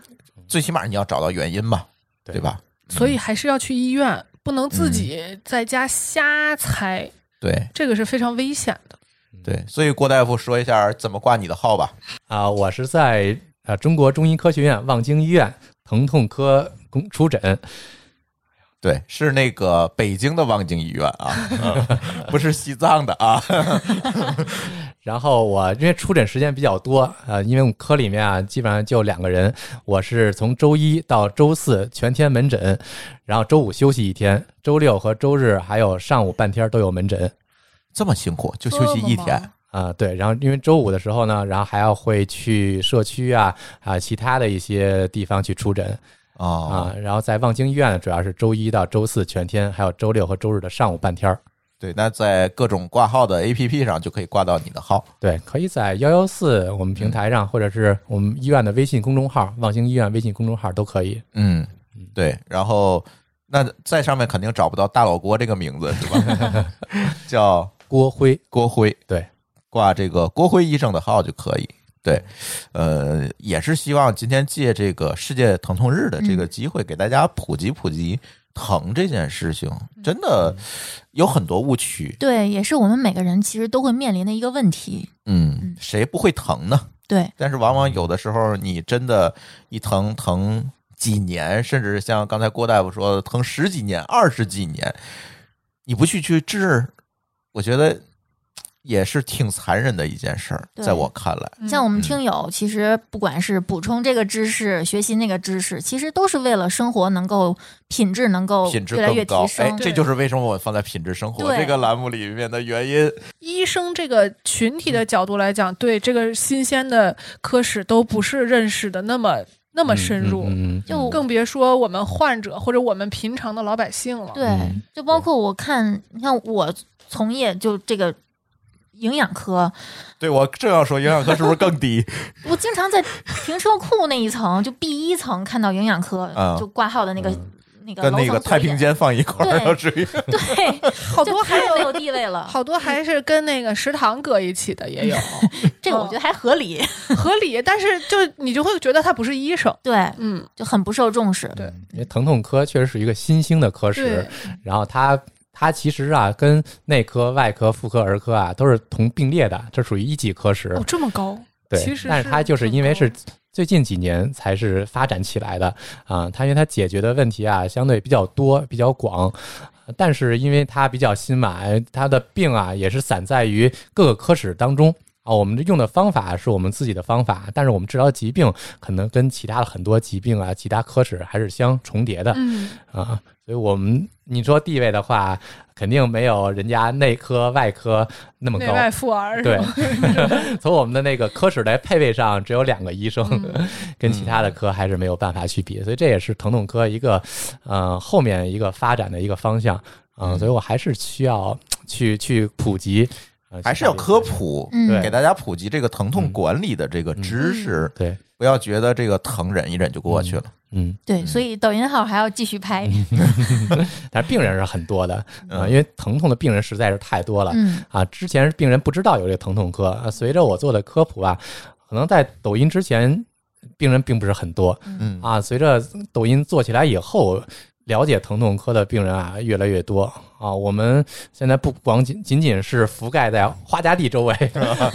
[SPEAKER 2] 最起码你要找到原因嘛，对吧？
[SPEAKER 4] 所以还是要去医院，不能
[SPEAKER 3] 嗯
[SPEAKER 4] 自己在家瞎猜，
[SPEAKER 2] 对
[SPEAKER 4] 这个是非常危险的。
[SPEAKER 5] 嗯
[SPEAKER 2] 对，所以郭大夫说一下怎么挂你的号吧。
[SPEAKER 5] 啊、我是在啊、呃中国中医科学院望京医院疼痛科工出诊，
[SPEAKER 2] 对，是那个北京的望京医院 啊，不是西藏的啊。
[SPEAKER 5] 然后我因为出诊时间比较多，呃，因为我们科里面啊基本上就两个人，我是从周一到周四全天门诊，然后周五休息一天，周六和周日还有上午半天都有门诊。
[SPEAKER 2] 这么辛苦，就休息一天，
[SPEAKER 5] 啊、对，然后因为周五的时候呢，然后还要会去社区啊啊、其他的一些地方去出诊，
[SPEAKER 2] 哦
[SPEAKER 5] 啊，然后在望京医院呢，主要是周一到周四全天，还有周六和周日的上午半天儿。
[SPEAKER 2] 对，那在各种挂号的 APP 上就可以挂到你的号。
[SPEAKER 5] 对，可以在幺幺四我们平台上，或者是我们医院的微信公众号“望京医院”微信公众号都可以。
[SPEAKER 2] 嗯，对，然后那在上面肯定找不到大老郭这个名字是吧？ 叫
[SPEAKER 5] 郭辉，
[SPEAKER 2] 郭辉，
[SPEAKER 5] 对，
[SPEAKER 2] 挂这个郭辉医生的号就可以。对，呃，也是希望今天借这个世界疼痛日的这个机会，给大家普及普及疼这件事情，真的有很多误区。
[SPEAKER 3] 对，也是我们每个人其实都会面临的一个问题。
[SPEAKER 2] 嗯，谁不会疼呢？
[SPEAKER 3] 对，
[SPEAKER 2] 但是往往有的时候，你真的一疼疼几年，甚至像刚才郭大夫说的，疼十几年、二十几年，你不去去治，我觉得也是挺残忍的一件事儿，
[SPEAKER 3] 对
[SPEAKER 2] 在我看来，
[SPEAKER 3] 像我们
[SPEAKER 2] 嗯
[SPEAKER 3] 听友，其实不管是补充这个知识、学习那个知识，其实都是为了生活能够品质能够
[SPEAKER 2] 品质
[SPEAKER 3] 越来越
[SPEAKER 2] 更
[SPEAKER 3] 提
[SPEAKER 2] 高。哎
[SPEAKER 3] 升，。
[SPEAKER 2] 这就是为什么我放在品质生活
[SPEAKER 3] 对
[SPEAKER 2] 这个栏目里面的原因。
[SPEAKER 4] 医生这个群体的角度来讲，对这个新鲜的科室都不是认识的那么那么深入，
[SPEAKER 5] 嗯嗯嗯
[SPEAKER 3] 就
[SPEAKER 4] 更别说我们患者或者我们平常的老百姓了。
[SPEAKER 3] 对
[SPEAKER 5] 嗯，
[SPEAKER 3] 就包括我看，你看我从业就这个营养科，
[SPEAKER 2] 对我正要说营养科是不是更 低？
[SPEAKER 3] 我经常在停车库那一层，就 B 一层看到营养科
[SPEAKER 2] 啊
[SPEAKER 3] 就挂号的那个
[SPEAKER 5] 嗯
[SPEAKER 3] 那个
[SPEAKER 2] 跟
[SPEAKER 3] 楼
[SPEAKER 2] 那
[SPEAKER 3] 层
[SPEAKER 2] 个
[SPEAKER 3] 作
[SPEAKER 2] 太
[SPEAKER 3] 业
[SPEAKER 2] 平，间放一块儿
[SPEAKER 3] 对
[SPEAKER 2] 了，至于
[SPEAKER 3] 对，
[SPEAKER 4] 好
[SPEAKER 3] 就嗯
[SPEAKER 4] 多还
[SPEAKER 3] 太没
[SPEAKER 4] 有
[SPEAKER 3] 有地位了，
[SPEAKER 4] 好多还是跟那个食堂搁一起的 也有，
[SPEAKER 3] 这个我觉得还合 理，
[SPEAKER 4] 合理，但是就你就会觉得他不是医生。
[SPEAKER 3] 对，
[SPEAKER 4] 嗯，
[SPEAKER 3] 就很不受重视，
[SPEAKER 4] 对
[SPEAKER 5] 因为疼痛科确实是一个新兴的科室
[SPEAKER 4] 对，，
[SPEAKER 5] 然后它它其实啊跟内科、外科、妇科、儿科啊都是同并列的，这属于一级科室。
[SPEAKER 4] 哦，这 么高，
[SPEAKER 5] 对，
[SPEAKER 4] 其实
[SPEAKER 5] 但是它就是因为
[SPEAKER 4] 很
[SPEAKER 5] 是
[SPEAKER 4] 高
[SPEAKER 5] 最近几年才是发展起来的啊、它因为它解决的问题啊相对比较多、比较广。但是因为它比较新嘛，哎它的病啊也是散在于各个科室当中啊。我们用的方法是我们自己的方法，但是我们治疗疾病可能跟其他的很多疾病啊、其他科室还是相重叠的。
[SPEAKER 4] 嗯，
[SPEAKER 5] 啊，所以我们你说地位的话，肯定没有人家内科、外科那么
[SPEAKER 4] 内
[SPEAKER 5] 高。
[SPEAKER 4] 外妇儿是
[SPEAKER 5] 对
[SPEAKER 4] 吧，
[SPEAKER 5] 从我们的那个科室来配备上，只有两个医生， 跟其他的科还是没有办法去比的，所以这也是疼痛科一个，呃，后面一个发展的一个方向，嗯、所以我还是需要去去普及，呃
[SPEAKER 2] 还是要科，普，
[SPEAKER 3] 嗯，
[SPEAKER 5] 对
[SPEAKER 2] 给大家普及这个疼痛管理的这个知识，
[SPEAKER 5] 其他的对，
[SPEAKER 2] 不要觉得这个疼忍一忍就过去了。
[SPEAKER 5] 嗯，
[SPEAKER 3] 对，所以抖音号还要继续拍，
[SPEAKER 5] 但是病人是很多的，啊、
[SPEAKER 2] 嗯
[SPEAKER 5] 因为疼痛的病人实在是太多 了，
[SPEAKER 3] 嗯，
[SPEAKER 5] 啊，之前病人不知道有这个疼痛科啊，随着我做的科普啊，可能在抖音之前，病人并不是很多
[SPEAKER 2] 嗯
[SPEAKER 5] 啊，随着抖音做起来以后。了解疼痛科的病人啊，越来越多啊！我们现在不光仅仅仅是覆盖在花家地周围，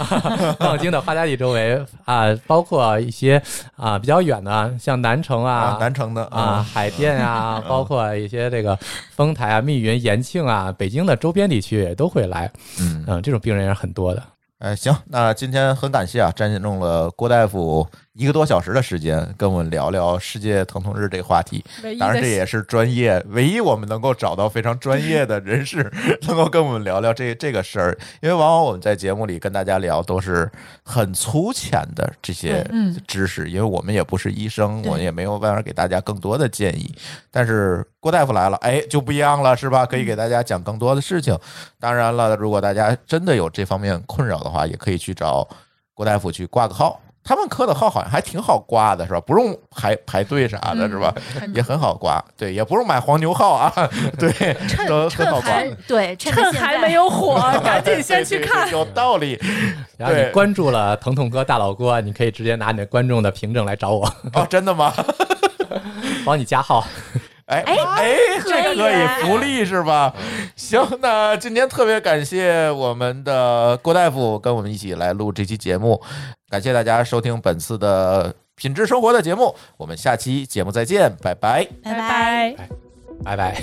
[SPEAKER 5] 望京的花家地周围啊，包括一些啊比较远的，像南城
[SPEAKER 2] 啊
[SPEAKER 5] 啊、，
[SPEAKER 2] 南城嗯的
[SPEAKER 5] 啊，，海淀 啊，包括一些这个丰台啊、密云、延庆啊、北京的周边地区也都会来。
[SPEAKER 2] 嗯，
[SPEAKER 5] 嗯，这种病人也是很多的。
[SPEAKER 2] 哎，行，那今天很感谢啊，占用了郭大夫一个多小时的时间，跟我们聊聊世界疼痛日这个话题。
[SPEAKER 4] 唯一
[SPEAKER 2] 当然，这
[SPEAKER 4] 的
[SPEAKER 2] 也是专业，唯一我们能够找到非常专业的人士，能够跟我们聊聊这这个事儿。因为往往我们在节目里跟大家聊都是很粗浅的这些
[SPEAKER 4] 嗯
[SPEAKER 2] 知识，因为我们也不是医生，
[SPEAKER 3] 对
[SPEAKER 2] 我们也没有办法给大家更多的建议。但是郭大夫来了，哎，就不一样了，是吧？可以给大家讲更多的事情。当然了，如果大家真的有这方面困扰的话，也可以去找郭大夫去挂个号。他们科的号好像还挺好挂的，是吧？不用排排队啥的，是吧？也很好挂，对，也不用买黄牛号啊， 对，都
[SPEAKER 4] 趁
[SPEAKER 2] 很好挂。
[SPEAKER 4] 趁还
[SPEAKER 3] 趁对，趁着
[SPEAKER 4] 趁
[SPEAKER 3] 现
[SPEAKER 4] 还
[SPEAKER 3] 在
[SPEAKER 4] 没有 火，赶紧先去
[SPEAKER 2] 对对
[SPEAKER 4] 看
[SPEAKER 2] 对。有道理
[SPEAKER 5] 然后
[SPEAKER 2] 对
[SPEAKER 5] 你关注了疼痛哥、大老郭，你可以直接拿你的观众的凭证来找我，
[SPEAKER 2] 哦，真的吗？
[SPEAKER 5] 帮你加号。
[SPEAKER 2] 哎
[SPEAKER 3] 哎
[SPEAKER 2] 哎，这
[SPEAKER 3] 可以
[SPEAKER 2] 可以
[SPEAKER 3] 啊
[SPEAKER 2] 福利是吧？行，那今天特别感谢我们的郭大夫跟我们一起来录这期节目，感谢大家收听本次的品质生活的节目，我们下期节目再见，拜拜。
[SPEAKER 3] 拜拜。
[SPEAKER 4] 拜。
[SPEAKER 5] 拜拜。